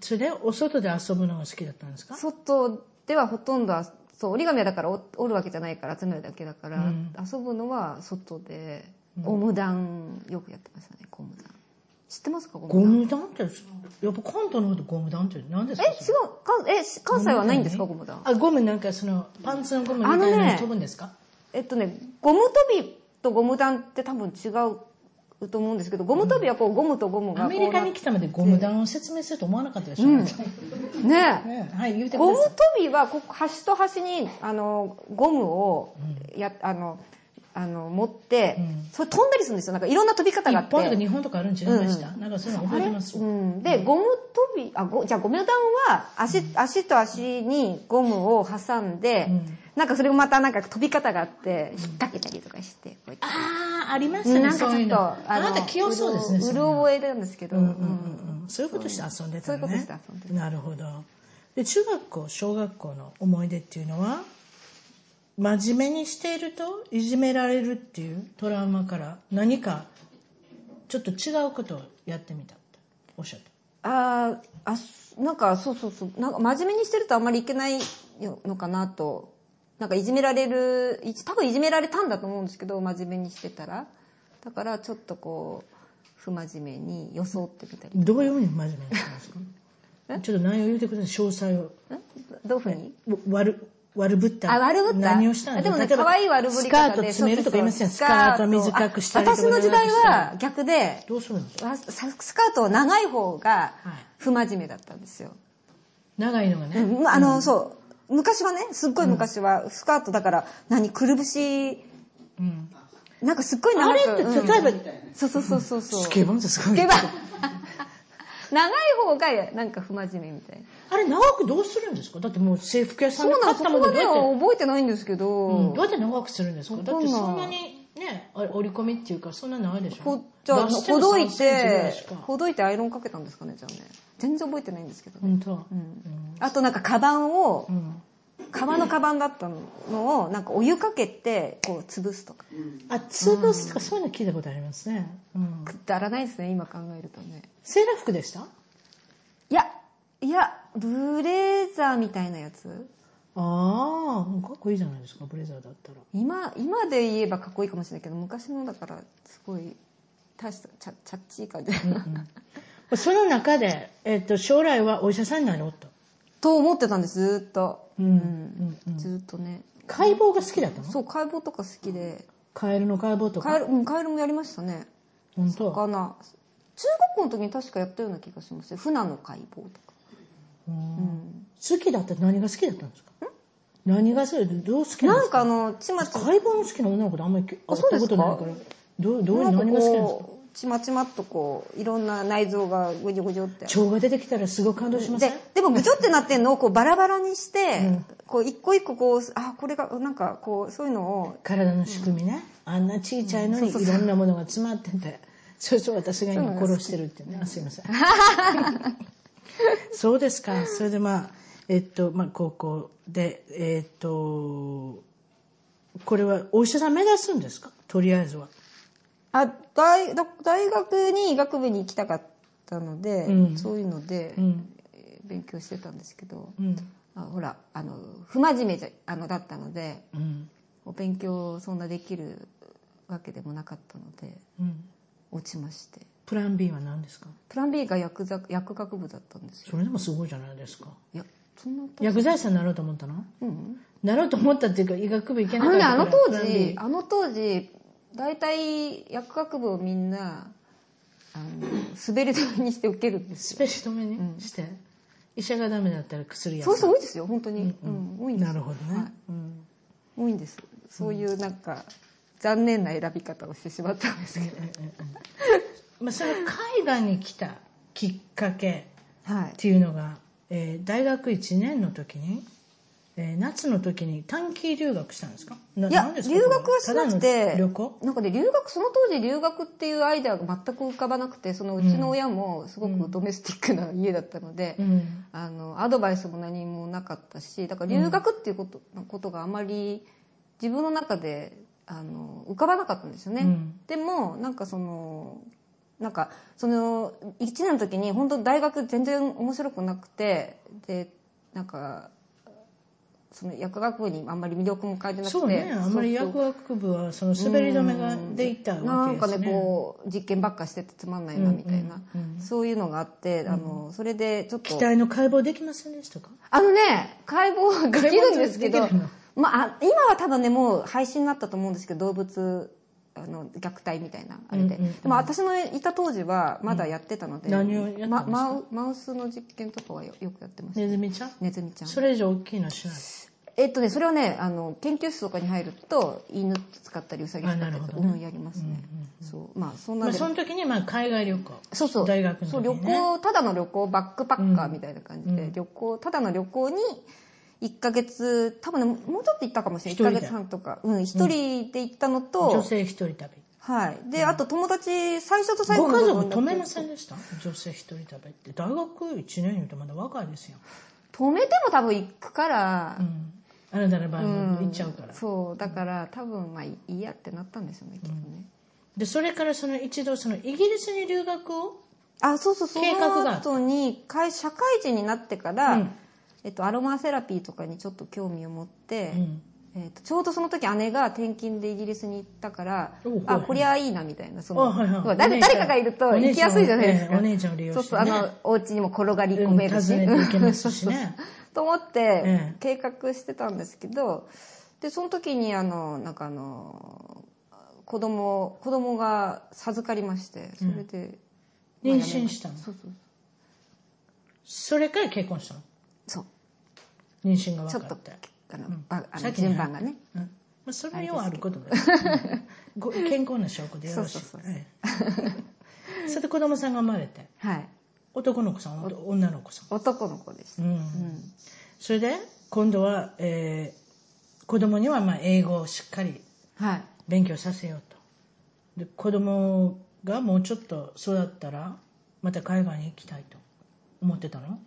それでお外で遊ぶのが好きだったんですか外ではほとんどは、そう、折り紙はだから折折るわけじゃないから集めるだけだから、遊ぶのは外で、ゴム弾、よくやってましたね、ゴム弾。知ってますか、ゴムゴ弾。ム弾って、やっぱ関東の方でゴム弾って何ですえ、か違う、関えし関西はないんですか、ゴム弾。あ、ゴムなんかその、パンツのゴムみたいなあののにね飛ぶんですかえっとね、ゴム飛びとゴム弾って多分違うと思うんですけど、ゴム飛びはこう、ゴムとゴムがこうアメリカに来たまでゴム弾を説明すると思わなかったでしょ、ねねえはい、言うてくえだゴムさい。飛びはここ、端と端に、あの、ゴムを、や、あの、あの、持って、それ飛んだりするんですよ。なんかいろんな飛び方があっ1て。本とか2本とかあるん違いました、なんかそういうのあ覚えれてますう。ん。で、ゴム飛び、あ、ごじゃあゴム弾は足、足と足にゴムを挟んで、なんかそれもまたなんか飛び方があって、引っ掛けたりとかして、こうやって。ああ、ありまうすんね、なんかちそういうょっの。と、あなた器用そうですね、うそんろなうろ覚えなんですけど、うんうんそういうことして遊んでたのね。そういうことして遊んでたなるほど。で、中学校、小学校の思い出っていうのは、真面目にしているといじめられるっていうトラウマから何かちょっと違うことをやってみたっておっしゃった。あーあ、なんかそうそうそう、なんか真面目にしてるとあんまりいけないのかなと、なんかいじめられる、い多分いじめられたんだと思うんですけど、真面目にしてたら。だからちょっとこう、不真面目に装ってみたり。どういうふうに真面目にして ますかちょっと内容言ってください、詳細を。どういうふうに悪悪ぶったあ悪ぶった何をしたのあでもね例えば可愛い悪ぶり方スでカート詰めるとか言いますよねスそうカートそう短くしたりとか私の時代は逆で、どうするんですかわさスカート長い方が不真面目だったんですよ。長いのがね、うんまああの、そう。昔はね、すっごい昔は、スカートだから、何、くるぶし、うんなんかすっごい長あくれって例うんえば、そうそうそうそうそう。スケボーですごスいケバン 長い方が、なんか不真面目みたいな。あれ長くどうするんですかだってもう制服屋さんそうにな買の、っそたこものはどうやっね、て、覚えてないんですけど、うんどうやって長くするんですかだってわそかんんなないにねあれ折り込みっていうかそんなないでしょこじゃあ、出してもほどい3センチぐらてしか、ほどいてアイロンかけたんですかね、じゃあね。全然覚えてないんですけどね。本当うんあとなんか、カバンをう、ん革のカバンだったのを、なんかお湯かけて、こう、潰すとか。あ潰すとかそういうの聞いたことありますね、うん、くだらないですね、今考えるとね。セーラー服でしたいや、いや、ブレザーみたいなやつああかっこいいじゃないですかブレザーだったら今、今で言えばかっこいいかもしれないけど、昔のだから、すごい、大した、ちゃ、ちゃっちい感じ。その中で、えっと将来はお医者さんになろうと と思ってたんです、ずーっと。うんん。ずーっとね。解剖が好きだったのそう、解剖とか好きで、カエルの解剖とカエかル、うん、カエルもやりましたね。本当かな。中学校の時に確かやったような気がしますよ。船の解剖とか。うん好きだったら何が好きだったんですか何が好きどう好きなんでなすんかかあの、ちまちま、解剖の好きな女の子とあんまり会あったことないかそうらでどうどうな何んがか好きなんですこう、ちまちまっとこう、いろんな内臓がごじょごじょって。か腸が出てきたらすごく感動しませんで、でもぐちょってなってんのをこうバラバラにして、こう一個一個こう、あ、これが、なんかこう、そういうのを、体の仕組みねあんなちいちゃいのにいろんなものが詰まっててそれと私が今殺してるってねあすい ませんそうですかそれでまあえっとまあ高校でえっとこれはお医者さん目指すんですかとりあえずはあ、大、だ大学に医学部に行きたかったので、うんそういうので、んえー勉強してたんですけど、うんあほら、あの、不真面目じゃ、あの、だったので、うんお勉強そんなできるわけでもなかったので、うん落ちまして。プラン B は何ですかプラン B が薬剤薬学部だったんですよ。それでもすごいじゃないですかいや、そんなと、薬剤師さんになろうと思ったのうん。なろうと思ったっていうか医学部行けあなかのっね、たあからの当プラン B 時、あの当時、大体薬学部をみんな、あの、滑り止めにして受けるんですスよ。ペシ止めにして、医者がダメだったら薬やそういう人多いですよ、本当に。うん、多いんですなるほどね、はいうん多いんです。そういうなんか、残念な選び方をしてしまったんですけど。まあ、その海外に来たきっかけはっていうのが、えー大学1年の時に、えー夏の時に短期留学したんですかないいやなんで、すか留学はしなくただての、旅行なんかね、留学、その当時留学っていうアイデアが全く浮かばなくて、そのうちの親もすごくドメスティックな家だったので、うんあの、アドバイスも何もなかったし、だから留学っていうこと,、ことがあまり自分の中で、あの、浮かばなかったんですよね。うんでも、なんかその、なんか、その、1年の時に本当大学全然面白くなくて、で、なんか、その薬学部にあんまり魅力も感じなくて。そうねあんまりそうそう薬学部はその滑り止めがでいったなわけんでかすねねこう実験ばっかしててつまんないなみたいな、うんうんうんそういうのがあってあのそれでちょっと機体の解剖できませんでしたかあのね解剖はできるんですけど解剖できるのまああ今は多分ねもう廃止になったと思うんですけど動物あの虐待みたいなあれで、うんうんうんでも私のいた当時はまだやってたので、うん何をやったんですかまマウマウスの実験とかはよよくやってましたネズミちゃんネズミちゃんそれ以上大きいのはしないえっとねそれはねあの研究室とかに入ると犬使ったりウサギ使ったりあなとるか、ほどねうんやりますね、そうまあそんなまあ、でその時にまあ海外旅行そうそう。大学の時そう、に、ね、旅行、ただの旅行、バックパッカーみたいな感じで、うん旅行、ただの旅行に、1ヶ月、多分ね、もうちょっと行ったかもしれ一人ない。で1ヶ月半とか。うん、一人で行ったのと、女性一人旅はい。で、あと友達、最初と最後ごの部家分族だけ止めませんでした女性一人旅って大学1年言うとまだ若いですよ、止めても多分行くからう、ん、あなたの場合うんも行っちゃうから、そう、だから多分、まあ、いいやってなったんですよね、きっとね。でそれからその一度そのイギリスに留学をあ、そうそう、そ計画がの後に、会社会人になってから、うんえっと、アロマセラピーとかにちょっと興味を持って、うんえーとちょうどその時姉が転勤でイギリスに行ったからおう、あ、はいこりゃいいなみたいな、そあの、はいはいほら誰お姉ちゃん誰かがいると行きやすいじゃないですか。お姉ちゃんをええお姉ちゃんを利用してねそうそう、あの、お家にも転がり込めるし。うん訪ねていけますしねそうそう と思っえて、計画してたんですけど、で、その時にあの、なんかあの、子供、子供が授かりまして、それで。妊娠したのそうそうそれから結婚したのそう。妊娠がそう。ち分ょっかっとて、あの、ばあの先に順番がね。うんまあ、それはようあることです、うんご健康な証拠でよろしい そうそうそええそれで子供さんが生まれてはい。男の子さん女の子さん男の子でした。うんそれで今度は、えー子供にはまあ英語をしっかりはい。勉強させようとで子供がもうちょっと育ったらまた海外に行きたいと思ってたの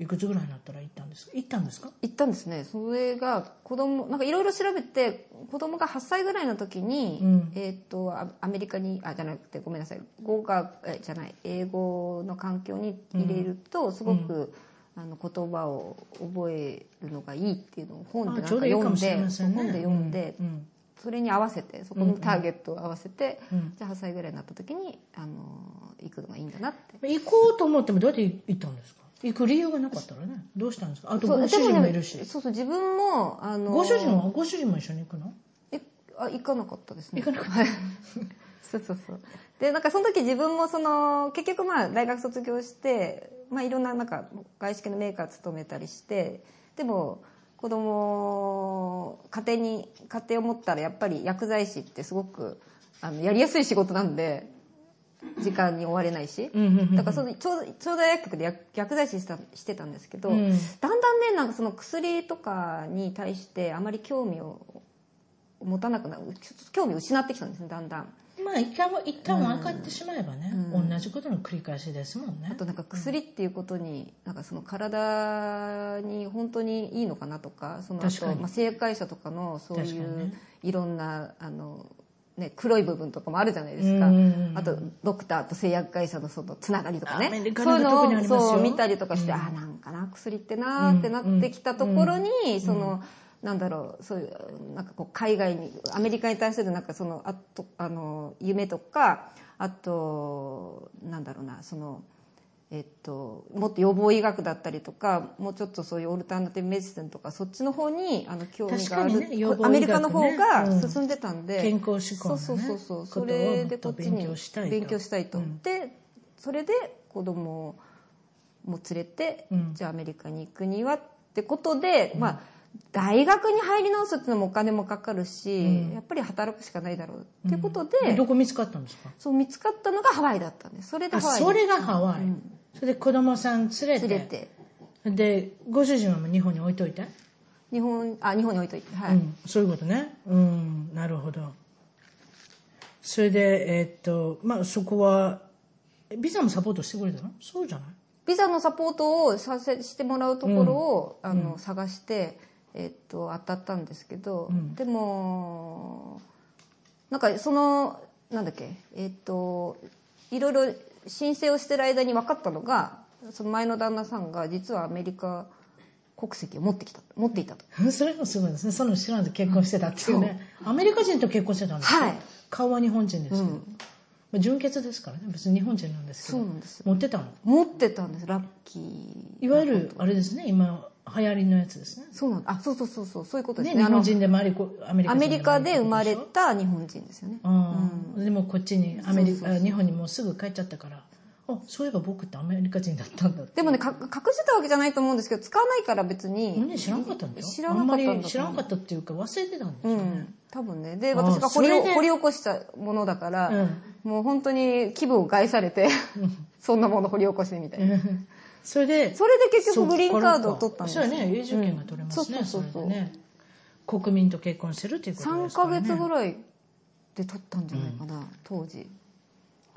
いくつぐらいになったら行ったんですか行ったんですか行ったんですねそれが子供なんかいろいろ調べて子供が8歳ぐらいの時に、うんえーっとアアメリカにあじゃなくてごめんなさい語がえじゃない英語の環境に入れると、すごく、あの言葉を覚えるのがいいっていうのを本であなんちょかうどいいか読んもでしれませんね本で読んで、うんそれに合わせてそこのターゲットを合わせて、うんじゃあ8歳ぐらいになった時にあの行くのがいいんだなって行こうと思ってもどうやって行ったんですか行く理由がなかったらねどうしたんですかあとそうご主人でもねいるしそうそう自分もあのご主人はご主人も一緒に行くのえあ行かなかったですね行かなかったそうそうそうでなんかその時自分もその結局まあ大学卒業して、まあ、いろんななんか外資系のメーカー勤めたりしてでも子供家庭に家庭を持ったらやっぱり薬剤師ってすごくあのやりやすい仕事なんで時間に追われないしうんうんうんうんだからそのちょうどちょうど薬局で薬薬剤師したしてたんですけど、うんだんだんねなんかその薬とかに対してあまり興味を持たなくなるちょっと興味を失ってきたんですねだんだんまあ一回も一旦は分かってしまえばね、うん同じことの繰り返しですもんねあとなんか薬っていうことに、なんかその体に本当にいいのかなとかそのあ確かと、にまあ、正解者とかのそうい確かにうねいろんなあの、ね、黒い部分とかもあるじゃないですか、うんうんうんあとドクターと製薬会社のそのつながりとかねアメリカそなういんうか特にありますよのをそう見たりとかして、うんあなんかな薬ってなーってなってきたところに、その。なんだろうそういうなんかこう海外にアメリカに対するなんかそのあとあの夢とかあとなんだろうなその、えっと、もっと予防医学だったりとかもうちょっとそういうオルタナティブメディシンとかそっちの方にあの興味があ確る、かにね予防医学ねアメリカの方うがん進んでたんで、健康志向の、ね、そうそうそうことそをれもでっことっちに勉強したいと勉強したいと、うんでそれで子供も連れて、うんじゃあアメリカに行くにはってことで、まあ大学に入り直すっていうのもお金もかかるし、やっぱり働くしかないだろうっていうことで、でどこ見つかったんですかそう見つかったのがハワイだったんですそれであハワイにそれがハワイ、うんそれで子供さん連れて連れてでご主人はもう日本に置いといて、日本あ日本に置いといてはうい、ん、そういうことねうんなるほどそれでえーっとまあそこはえビザもサポートしてくれたのそうじゃないビザのサポートをさせしてもらうところを、あの探して、えっと当たったんですけど、でもなんかそのなんだっけえっといろいろ申請をしてる間に分かったのがその前の旦那さんが実はアメリカ国籍を持ってきた持っていたと。うん それもすごいですねその知らんと結婚してたっていうね、アメリカ人と結婚してたんですよ、はい顔は日本人ですけど、うんまあ、純血ですからね別に日本人なんですけどそうなんですよ持ってたの持ってたんですラッキーいわゆるあれですね今流行りのやつですねそうなんあそうそうそうそうそういうことでねすね日あの本人でもアメリカアメリカア人メリカで生まれでもた日本人ですよね、ああでもこっちにアメリそうカ日本にもうすぐ帰っちゃったからあそういえば僕ってアメリカ人だったんだってでもね、か隠してたわけじゃないと思うんですけど、使わないから別に。ね知らなかったんだよ知らなかったんだとあ思うんまり知らなかったっていうか忘れてたんでうしょうね、ん。多分ね。で、あー私が掘りそれをで掘り起こしたものだから、うんもう本当に気分を害されて、 そんなもの掘り起こしてみたいな。 それでそれで結局グリーンカードを取ったんですそうやね永住権が取れますね、うんそうそうそうれでね国民と結婚してるっていうことで3すかヶら、ね、月ぐらいで取ったんじゃないかな、当時。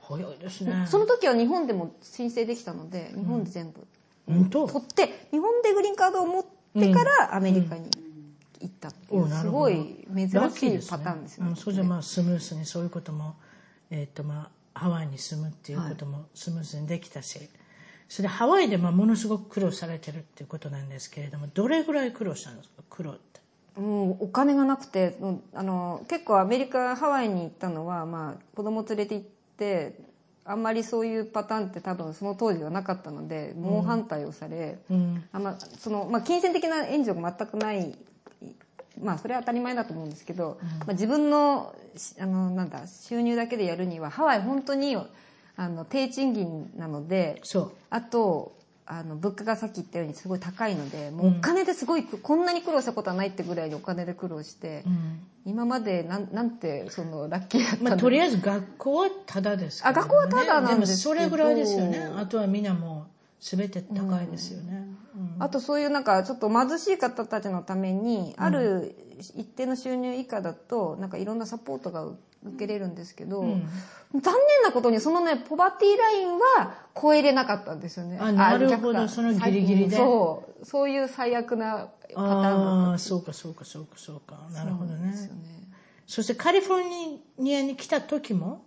早いですねその時は日本でも申請できたので、日本で全部本当取って、日本でグリーンカードを持ってからアメリカに行ったっていう、おなするごほどい珍ラッキーでしいすパターンですよね。うん、それじゃまあスムースにそういうことも、えーっとまあ、ハワイに住むっていうこともスムースにできたし、それでハワイでまあものすごく苦労されてるっていうことなんですけれどもどれぐらい苦労したんですか苦労ってうん、お金がなくてうんあの結構アメリカハワイに行ったのは、まあ、子供連れて行ってあんまりそういうパターンって多分その当時はなかったので猛反対をされ、うんあんまそのまあ、金銭的な援助が全くない、まあ、それは当たり前だと思うんですけど、まあ、自分のしあのなんだ収入だけでやるにはハワイ本当にあの低賃金なのでそうあとあの物価がさっき言ったようにすごい高いのでもうお金ですごい、こんなに苦労したことはないってぐらいにお金で苦労して、今までなんなんてそのラッキーだったんだまろあ、うとりあえず学校はタダですあ学校はタダなんですけもどそれぐらいですよねあとはみんなもう全て高いですよね、うんあとそういうなんかちょっと貧しい方たちのためにある一定の収入以下だとなんかいろんなサポートが受けれるんですけど、ん残念なことにそのねポバティラインは超えれなかったんですよね。あなるほど逆かそのギリギリでそうそういう最悪なパターンだあっあそうかそうかそうかそうかなるほどたんですねよね。そしてカリフォルニアに来た時も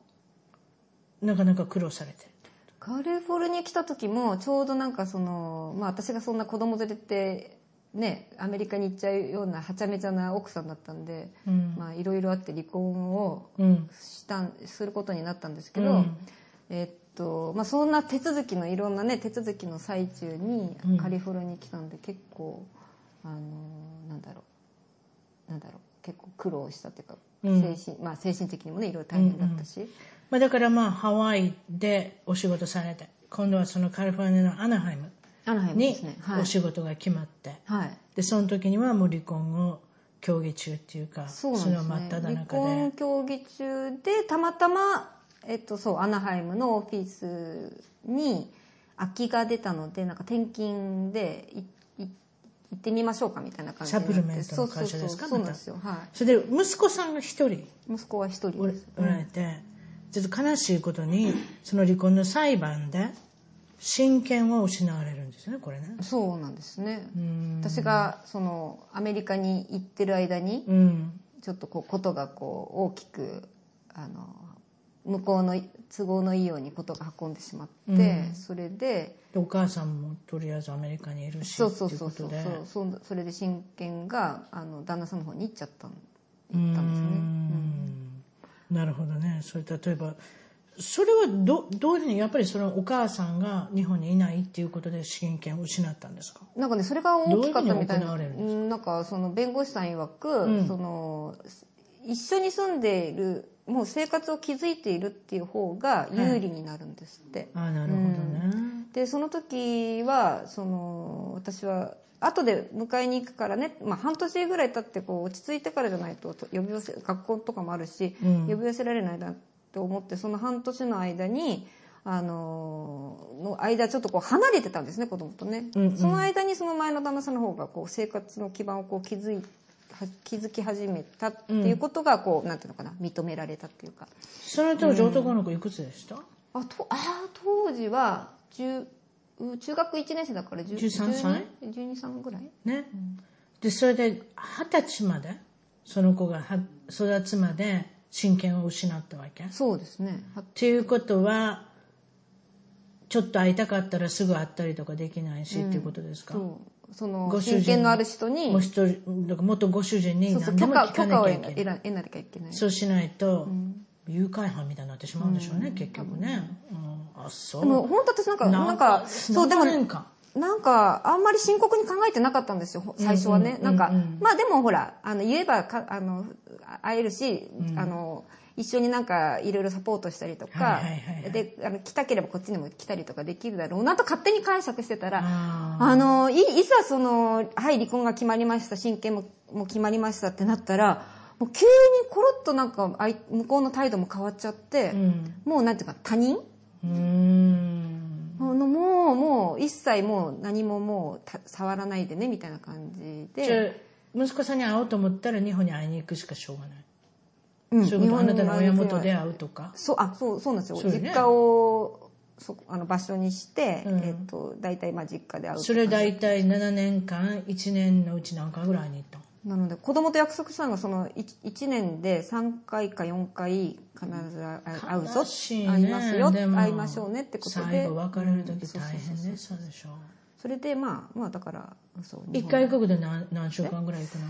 なかなか苦労されてカリフォルニア来た時もちょうどなんかその、まあ、私がそんな子供連れてねアメリカに行っちゃうようなはちゃめちゃな奥さんだったんで、うんまあいろいろあって離婚をうんしたんすることになったんですけど、うんえっとまあ、そんな手続きのいろんなね手続きの最中にうんカリフォルニアに来たんで結構、あのーなんだろうなんだろう結構苦労したっていうか、うん精神まあ、精神的にもねいろいろ大変だったし、まあ、だからまあハワイでお仕事されて今度はそのカリフォルニアのアナハイムアナハイムでにすねはいお、仕事が決まって、はい、でその時にはもう離婚を協議中っていうかそうなんれでのすね真っ只離中婚で協議中でたまたま、えっと、そうアナハイムのオフィスに空きが出たのでなんか転勤でいい行ってみましょうかみたいな感じになってサプリメントの会社ですかそまうそうそうそうなんたですよ、はそれで息子さんが一人い、息子は一人おですおられて、ちょっと悲しいことにその離婚の裁判で親権を失われるんですよねこれねそうなんですねうん私がそのアメリカに行ってる間にうんちょっとこうことがこう大きくあの向こうの都合のいいようにことが運んでしまって、うんそれででお母さんもとりあえずアメリカにいるしそうってそういうそこうそとうでそうそんそれで親権があの旦那さんの方に行っちゃったんう行ったんですねんなるほどねそれ例えばそれはどどういうふうにやっぱりそのお母さんが日本にいないっていうことで親権を失ったんですかなんかねそれが大きかったみたいどなういうふうに行われるんですうんなんかその弁護士さん曰く、うんその一緒に住んでいるもう生活を築いているっていう方が有利になるんですって、あなるほどね、でその時はその私は後で迎えに行くからね、まあ、半年ぐらい経ってこう落ち着いてからじゃないとと呼び寄せ学校とかもあるし、うん呼び寄せられないなと思ってその半年の間に。あのの間ちょっとこう離れてたんですね子供とね、うんうんその間にその前の旦那さんの方がこう生活の基盤をこう築いは築き始めたっていうことがこう、なんていうのかな認められたっていうかその当時男の子いくつでした、あとあー当時は10う中学1年生だから10 13歳 ?12 歳ぐらいね、でそれで二十歳までその子がは育つまで親権を失ったわけっそうですねはていうことはちょっと会いたかったらすぐ会ったりとかできないし、っていうことですかそうそのご主人親権のある人にもう一人だから元ご主人にそうそう何でも許可聞か許可なをきゃい得けなない得な得なきゃいけないそうしないと、誘拐犯みたいになってしまうんでしょうね、結局ね、うん、あそうでも本当私なんかなんかそそううででもも年間なんかあんまり深刻に考えてなかったんですよほ最初はね、なんかまあでもほらあの言えばかあのあ会えるし、あの一緒になんかいろいろサポートしたりとか、はいはいはいはいであの来たければこっちにも来たりとかできるだろうなと勝手に解釈してたらああのいいざそのはい離婚が決まりました親権ももう決まりましたってなったらもう急にコロッとなんかあい向こうの態度も変わっちゃって、うんもうなんていうか他人うーんあのもうもう一切もう何ももうた触らないでねみたいな感じじゃで、あ息子さんに会おうと思ったら日本に会いに行くしかしょうがない、うんそういうことあなたの親元で日本会にうとかそうあそうそうなんですよ、そうよね実家をそあの場所にして、うんえっと大体まあ実家で会うそれ大体7年間1年のうち何回ぐらいに行ったのなので子供と約束したのがその 1, 年で3回か4回必ずあ会うぞ悲しいね会いますよでも会いましょうねってことで最後別れる時うんそうそ大うそう変でしたでしょそれでまあまあだからそう一回行くこと何何週間ぐらい行くの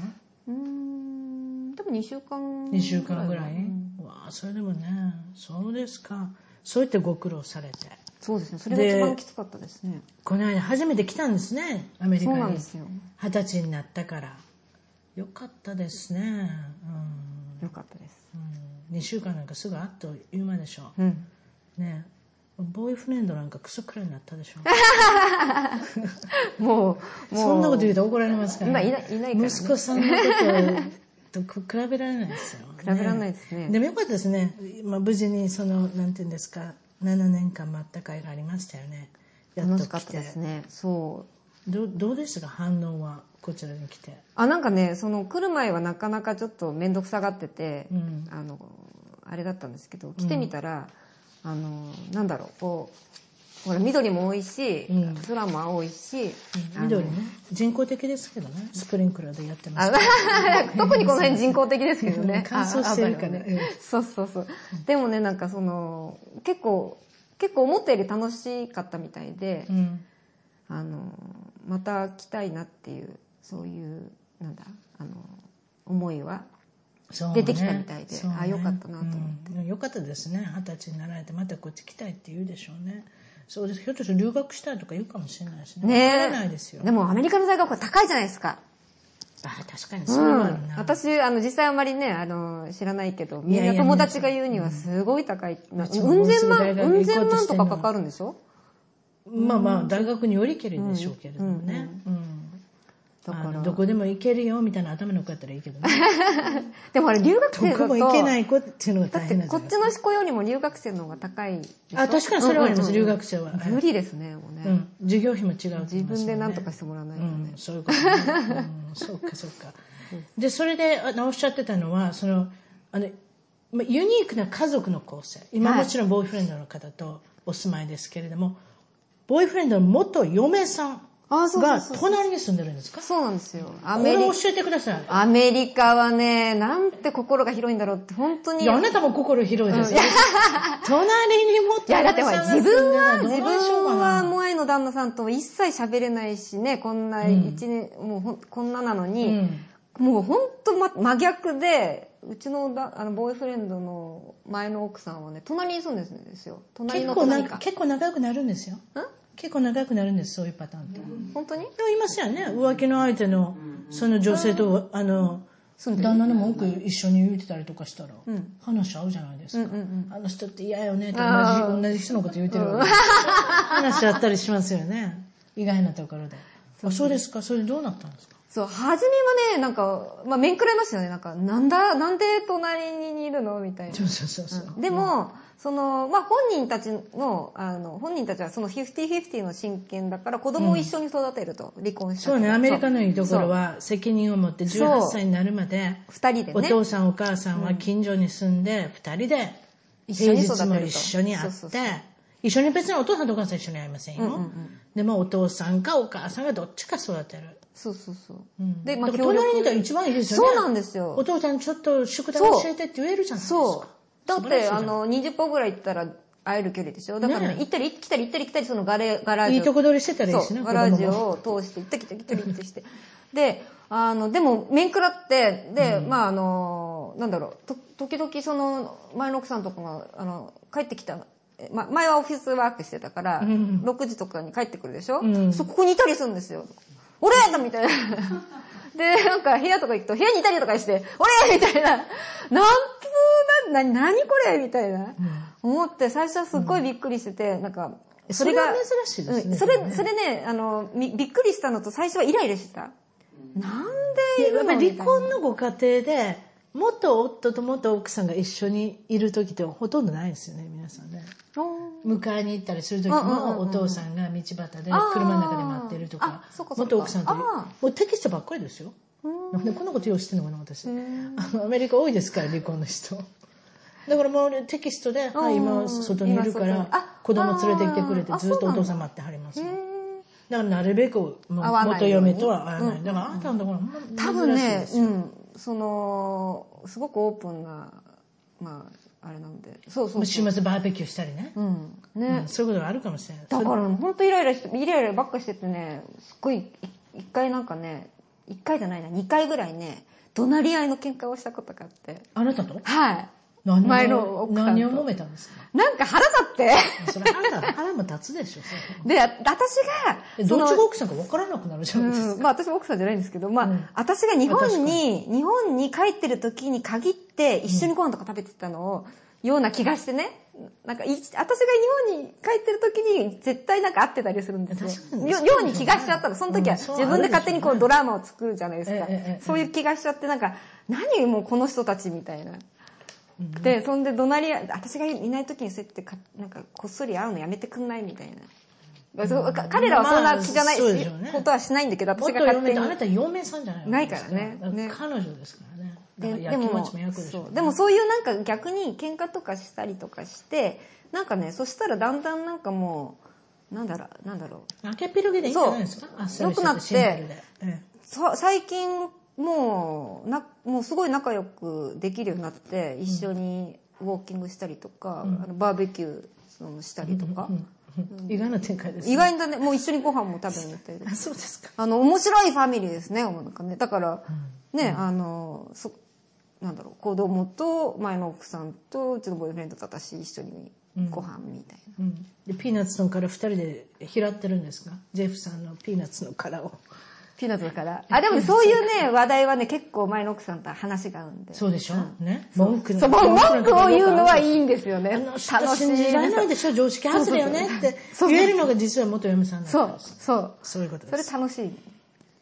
うーんでも2週間2週間ぐらい、うんわあそれでもねそうですかそうやってご苦労されてそうですねそれが一で番きつかったですねこの間初めて来たんですねアメリカそうになんですよ二十歳になったからよかったですね、よかったですうんうん、2週間なんかすぐあっという間でしょうんねボーイフレンドなんかクソくらいになったでし ょもうもうそんなこと言うと怒られますから、まあいないいないからね息子さんのことと比べられないですよ、 比べられないですねでもよかったですね、まあ、無事にそのなんていうんですか7年間待った会がありましたよねやっと楽来てしかったですねそうどうどうでしたか反応はこちらに来てあなんかねその来る前はなかなかちょっと面倒くさがってて、うんあのあれだったんですけど来てみたら、あのなんだろうこうほら緑も多いし、うん空も青いし、あの緑ね人工的ですけどねスプリンクラーでやってますあ特にこの辺人工的ですけどうんね。乾燥してるからあああねそうそうそう。でもね、なんかその、結構、結構思ったより楽しかったみたいで、うんあの、また来たいなっていう、そういう、なんだ、あの、思いはそうね出てきたみたいでそうねあよかったなと思ってうんよかったですね二十歳になられてまたこっち来たいって言うでしょうねそうですひょっとしたら留学したいとか言うかもしれないしねねえわからないですよでもアメリカの大学は高いじゃないですか。あ確かにうそうなるんな、。私、あの、実際あまりね、あの、知らないけど、いみやんいやな友達が言うにはすごい高い。なうちももうんうす千ぐ大万、学うん行こ千うと万してとんのかかかるんでしょまあまあ大学によりけりでしょうけれどもね、うんだかあのら。どこでも行けるよみたいな頭の子やったらいいけどねでもあれ、留学ど生だと。こも行けない子っていうのがだっ大て変なんじこゃっないちの子よりも留学生の方が高いでしょあ確かにそれはあります、うんうんう留ん学生は、はい無理ですねもうね、うん、授業費も違うって言いますも自んね分で何とかしてもらわないとね、うん、そういうこと、ねうん、そうかそうかでそれであ直しちゃってたのはそのあのまユニークな家族の構成今はいもちろんボーイフレンドの方とお住まいですけれども、ボーイフレンドの元嫁さんあそうそがうそう隣に住んでるんですかそうなんですよアこメれリを教えてくださいアメリカはねなんて心が広いんだろうって本当にいやあなたも心広いですよ、隣に元いやだって嫁ほらさんが住自んでるのど分は自ないしようか分はな萌えの旦那さんと一切喋れないしねこんな一年、もうほんこんななのに、もう本当ま真逆でうちのだあのボーイフレンドの前の奥さんはね隣に住んでるんですよ隣結の構な隣んかか結構長くなるんですよ結構長くなるんですそういうパターンって、本当にでもいますよね浮気の相手のその女性とあの旦那の文句一緒に言ってたりとかしたら話合うじゃないですかあの人って嫌よねって同じ同じ人のこと言ってるわけです 話あったりしますよね意外なところであそうですかそれどうなったんですかそう、初めはね、なんか、まあ、面食らいましたよね。なんか、なんだ、なんで隣にいるのみたいそうそうそうそうな。でも、その、まあ、本人たちの、あの、本人たちはその50-50の親権だから、子供を一緒に育てると、離婚しそたけど。うねアメリカのいいところそう。は責任を持ってそう18歳になるまで二人でね。お父さんお母さんは近所に住んで2人で一平緒に育てる日も一緒とに会っそうそうてそう一緒に別にお父さんとお母さん一緒に会いませんよ、うんうんうんでもお父さんかお母さんがどっちか育てる、そうそうそう。うんで、まあ、だから協力隣にいたら一番いいですよねそうなんですよお父さんちょっと宿題教えてって言えるじゃないですかそう。だっ素晴らしいて、じゃなあいの、20歩ぐらい行ったら会える距離でしょだからね、ねえ行ったり来たり行ったり来たり、そのガレ、ガラージいをいとこ取りしてたらいいしそねう、子供もガラージオを通して、行ったり来たり来たりってして。で、あの、でも、面食らって、で、まあ、あの、なんだろう、と、時々その、前の奥さんとかが、あの、帰ってきた、えま、前はオフィスワークしてたから、ん6時とかに帰ってくるでしょ、んそうここにいたりするんですよ。俺だみたいな。で、なんか部屋とか行くと、部屋にいたりとかして、俺みたいな。なんとな、な、なにこれみたいな。思って、最初はすっごいびっくりしてて、なんか、それが珍しいですねうんそれ、それね、あの、みびっくりしたのと最初はイライラしてた。なんやでいるっのぱみりたいな離婚のご家庭で元夫と元奥さんが一緒にいる時ってほとんどないですよね皆さんねうん迎えに行ったりする時うんうんうんうもんお父さんが道端であー車の中で待ってるとかあそっかそっか元奥さんとあもうテキストばっかりですよなんでこんなこと用意してんのかな私あのアメリカ多いですから離婚の人だからもうねテキストで「はい今外にいるか今外らにあ子供連れてきてくれてあーあずっとそうおなんだ父さん待ってはりますへよーだからなるべくもう会わな元いように嫁とは会わないだからあなたのところも多珍分しいでね、すうよん、その、すごくオープンな、まあ、あれなんで。そうそう週そう。末バーベキューしたりねうん。ね。うんそういうことがあるかもしれないだから本当イライラしてイライラばっかしててねすっごいい一回なんかね一回じゃないな二回ぐらいね怒鳴り合いの喧嘩をしたことがあって。あなたとはい。何を前の奥さんと何を揉めたんですかなんか腹立って。それ腹が 腹も立つでしょそれで、あ私が、えどっちが奥さんか分からなくなるじゃないですか、うん、まあ私も奥さんじゃないんですけど、まあ、うん私が日本まに、日本に帰ってる時に限って一緒にご飯とか食べてたのを、ような気がしてね。なんかい、私が日本に帰ってる時に絶対なんか会ってたりするんです確かよ。によように気がしちゃったの。その時はうんそう自分で勝手にこあうるでしょうねドラマを作るじゃないですええかええええ。そういう気がしちゃって、なんか、何もうこの人たちみたいな。で、そんで怒鳴り合い、私がいない時にそうやってか、なんかこっそり会うのやめてくんないみたいな。そうか彼らはそんな気じゃないまあそうでしょうねことはしないんだけど、元私が嫁勝手ってにあ。なた嫁さんじゃないわけですないからねね彼女ですからねだでからでやきももちも焼くでしょそうでもそういうなんか逆に喧嘩とかしたりとかしてなんかねそしたらだんだんなんかもうなんだろうなんだろ開けっぴろげでいいんじゃないですかあっさりして良くなってシンプルで、えうさ最近もうなもうすごい仲良くできるようになって一緒にウォーキングしたりとか、あのバーベキューそのしたりとか、え意外な展開ですね意外だねもう一緒にご飯も食べに行ったりとかあ そうですかあの、面白いファミリーですね、なんかね。だから、ね、あの、そ、なんだろう、子供と、前の奥さんと、うちのボーイフレンドと私一緒にご飯みたいな。うんでピーナッツの殻2人で拾ってるんですかジェフさんのピーナッツの殻をピーナッツだから。あ、でもそういうね、話題はね、結構前の奥さんと話が合うんで。そうでしょ、ねそう文句のそう文句を言うのはいいいんですよね。あの人信じられないでしょ常識外れよねってそうそうそう言えるのが実は元嫁さんだったそんうで、すそう。そういうことですそれ楽しい。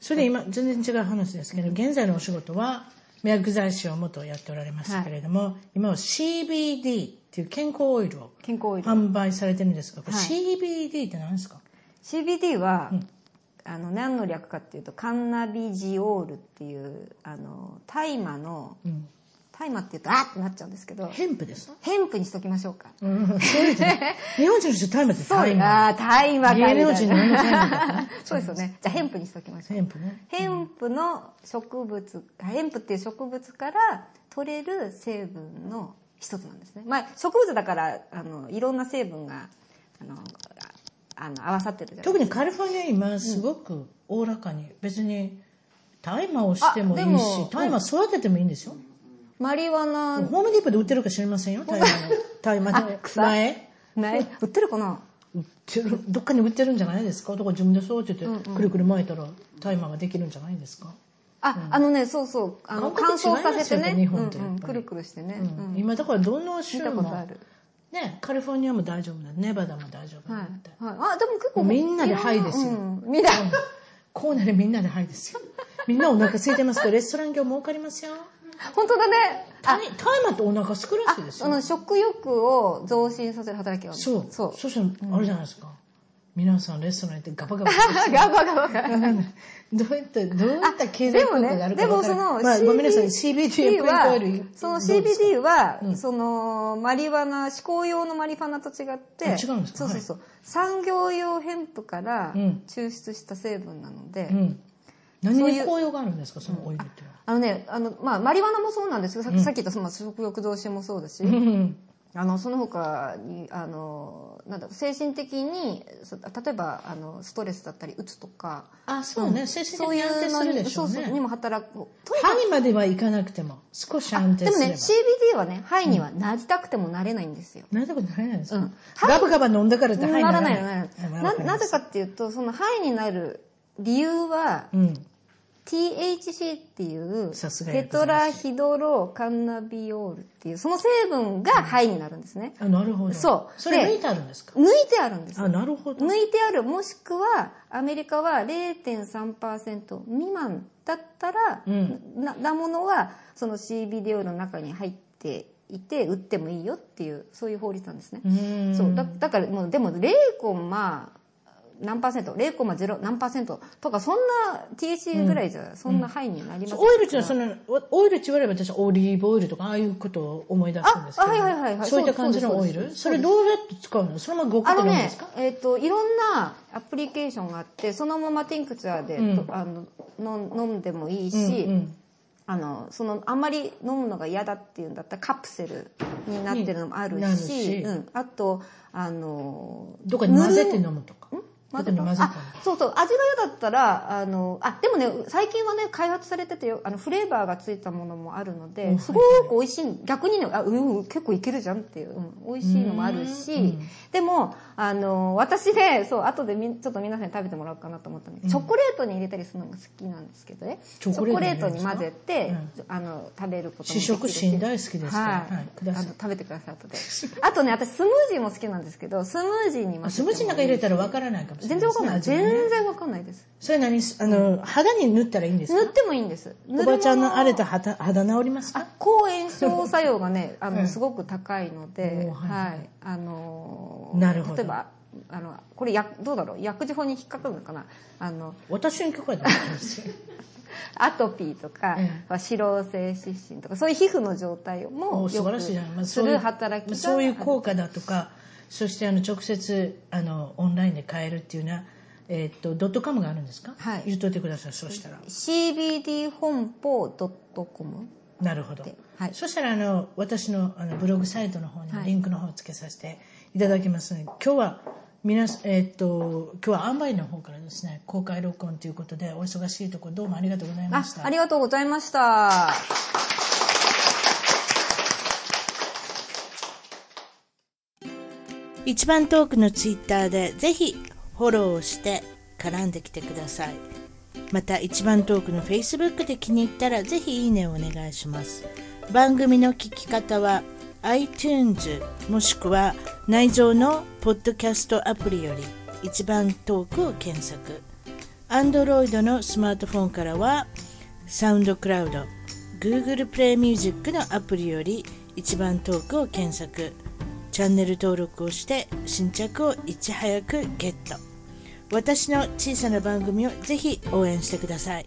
それで今、全然違う話ですけど、現在のお仕事は、薬剤師を元やっておられましたけれども、今は CBD っていう健康オイルを健康オイル。販売されてるんですが、これはい CBD って何ですか CBD は、あの何の略かっていうとカンナビジオールっていうあの大麻のうん大麻っていうとあーってなっちゃうんですけどヘンプですかヘンプにしときましょうかうん、そういうこと日本人の人、タイマーってそうタだイマー。あー大麻かみたい芸能人のな何のタイマーだね そうですよねじゃあヘンプにしときましょうヘンプね。ヘンプの植物ヘンプっていう植物から取れる成分の一つなんですねまあ植物だからあのいろんな成分があのああの合わさってるじゃないですか特にカリフォルニア今、すごくおおらかに、別に、タイマーをしてもいあでいしも、タイマー育ててもいいんですよ。マリワナホームディープで売ってるか知りま せんよ、タイマーの。タイマーのあ草苗。ない売ってるかな売ってるどっかに売ってるんじゃないですかとか自分でそうって言って、くるくる巻いたらタイマーができるんじゃないですか、あ、あのね、そうそう、あの、乾感覚違燥いまさせすよてねね、日本とやっぱりうんうんくるくるしてね、ううんん今だからどの州見たことあもる。ねカリフォルニアも大丈夫だネバダも大丈夫はだいって、。はい、あ、でも結構。みんなでハイですようんみんな。こうなりみんなではいです よみんなお腹空いてますからレストラン業儲かりますよ本当だね。タイタイマーってお腹すくらしいですそよの食欲を増進させる働きがある。そうそう。そしたらあれじゃないですか、皆さんレストラン行ってガバガバガバガバガバ。どういったどういった経済で効も果があねる、かで分もからその、いまあ、ごめんなさい CBD CBD はオイルそのどうですか CBD は、その、マリファナ、嗜好用のマリファナと違って、あ違うんですかそうそうそう。産業用ヘンプからうん抽出した成分なので、うん、何そうにいう効用があるんですかそのオイルっていうのはあのね、あの、まあ、マリワナもそうなんですけど、さっき,、さっき言ったその食欲増進もそうだし、うんあの、その他に、あの、なんだろう、精神的に、そ例えば、あの、ストレスだったり、うつとか、あそうね、精神的に安定するでしょうねそうそう、にも働く。とにか歯にまではいかなくても少し安く定でもすれね、ば CBD はね、肺にはなりたくてもなれないんですよ。なりたことないですか、うんガバガバ飲んだからって歯にならないのならはいなわかいな。りなまぜすかっていうと、その肺になる理由は、うん、 THC っていうさすがテ薬剤師トラヒドロカンナビオールっていうその成分が肺になるんですね、あなるほどそうそれで抜いてあるんですか抜いてあるんですあよなるほど抜いてあるもしくはアメリカは0.3%未満だったら、うんななものはその CBD オイルの中に入っていて売ってもいいよっていうそういう法律なんですね、うんそうだだからもうでも0コンマ何パーセント0コンマ0何パーセントとかそんな THC ぐらいじゃそんな範囲になりますそうオイルっていうのはそのオイルって言われば私はオリーブオイルとかああいうことを思い出すんですけどあはいはいはいはいそういった感じのそうオでイすルそれどうやって使うのそのままごくあって飲のむんでねすか、えっ、と、いろんなアプリケーションがあって、そのままティンクチャーで、うんとあのの飲んでもいいし、うんうんあの、その、あんまり飲むのが嫌だっていうんだったらカプセルになってるのもあるになるし、しうん、あと、あの、どっかに混ぜて飲むとか。混ぜ特に混ぜたのあそうそう味が嫌だったらあのあでもね最近はね開発されててよあのフレーバーがついたものもあるので、うんすごく美味しい逆にねあうんうん結構いけるじゃんっていう、うん美味しいのもあるし、でもあの私ねそう後でみんちょっと皆さんに食べてもらおうかなと思ったので、チョコレートに入れたりするのが好きなんですけどねチチョコョコレレートに入れるートに混ぜて、うんあの食べること試もできるし食心大好きですからはいはいくださいあの食べてください後であとね私スムージーも好きなんですけどスムージーに混ぜてもあスムージーなんか入れたらわからないかもしれないで全然わすかんね、ない味がね全然わかんないですそれ何あの肌に塗ったらいいんです塗っかてもいいんですおばちゃんの荒れとた肌肌治りますか抗炎症作用がねあの、うんすごく高いのでおーはいははいい、あのーなるほど例えばあのこれやどうだろう薬事法に引っかかるのかなあの私の曲は大丈夫ですよアトピーとかえ、脂漏性湿疹とかそういう皮膚の状態をもおよ素晴らくしいじゃない、まあすそういるう働きがそういうあ効果だとかそしてあの直接あのオンラインで買えるっていうのは、えっとドットカムがあるんですか、はい言っといてくださいそうしたらる CBD 本舗 .com なるほどで、はいそしたらあの私のあのブログサイトの方にはいリンクの方をつけさせていただきますので、今日は皆さんえっと今日はアンバイの方からですね公開録音ということでお忙しいところどうもありがとうございまあしたありがとうございました一番トークのツイッターでぜひフォローをして絡んできてくださいまた一番トークの Facebook で気に入ったらぜひいいねをお願いします番組の聞き方は iTunes もしくは内蔵のポッドキャストアプリより一番トークを検索 Android のスマートフォンからはサウンドクラウド Google プレイミュージックのアプリより一番トークを検索チャンネル登録をして新着をいち早くゲット私の小さな番組をぜひ応援してください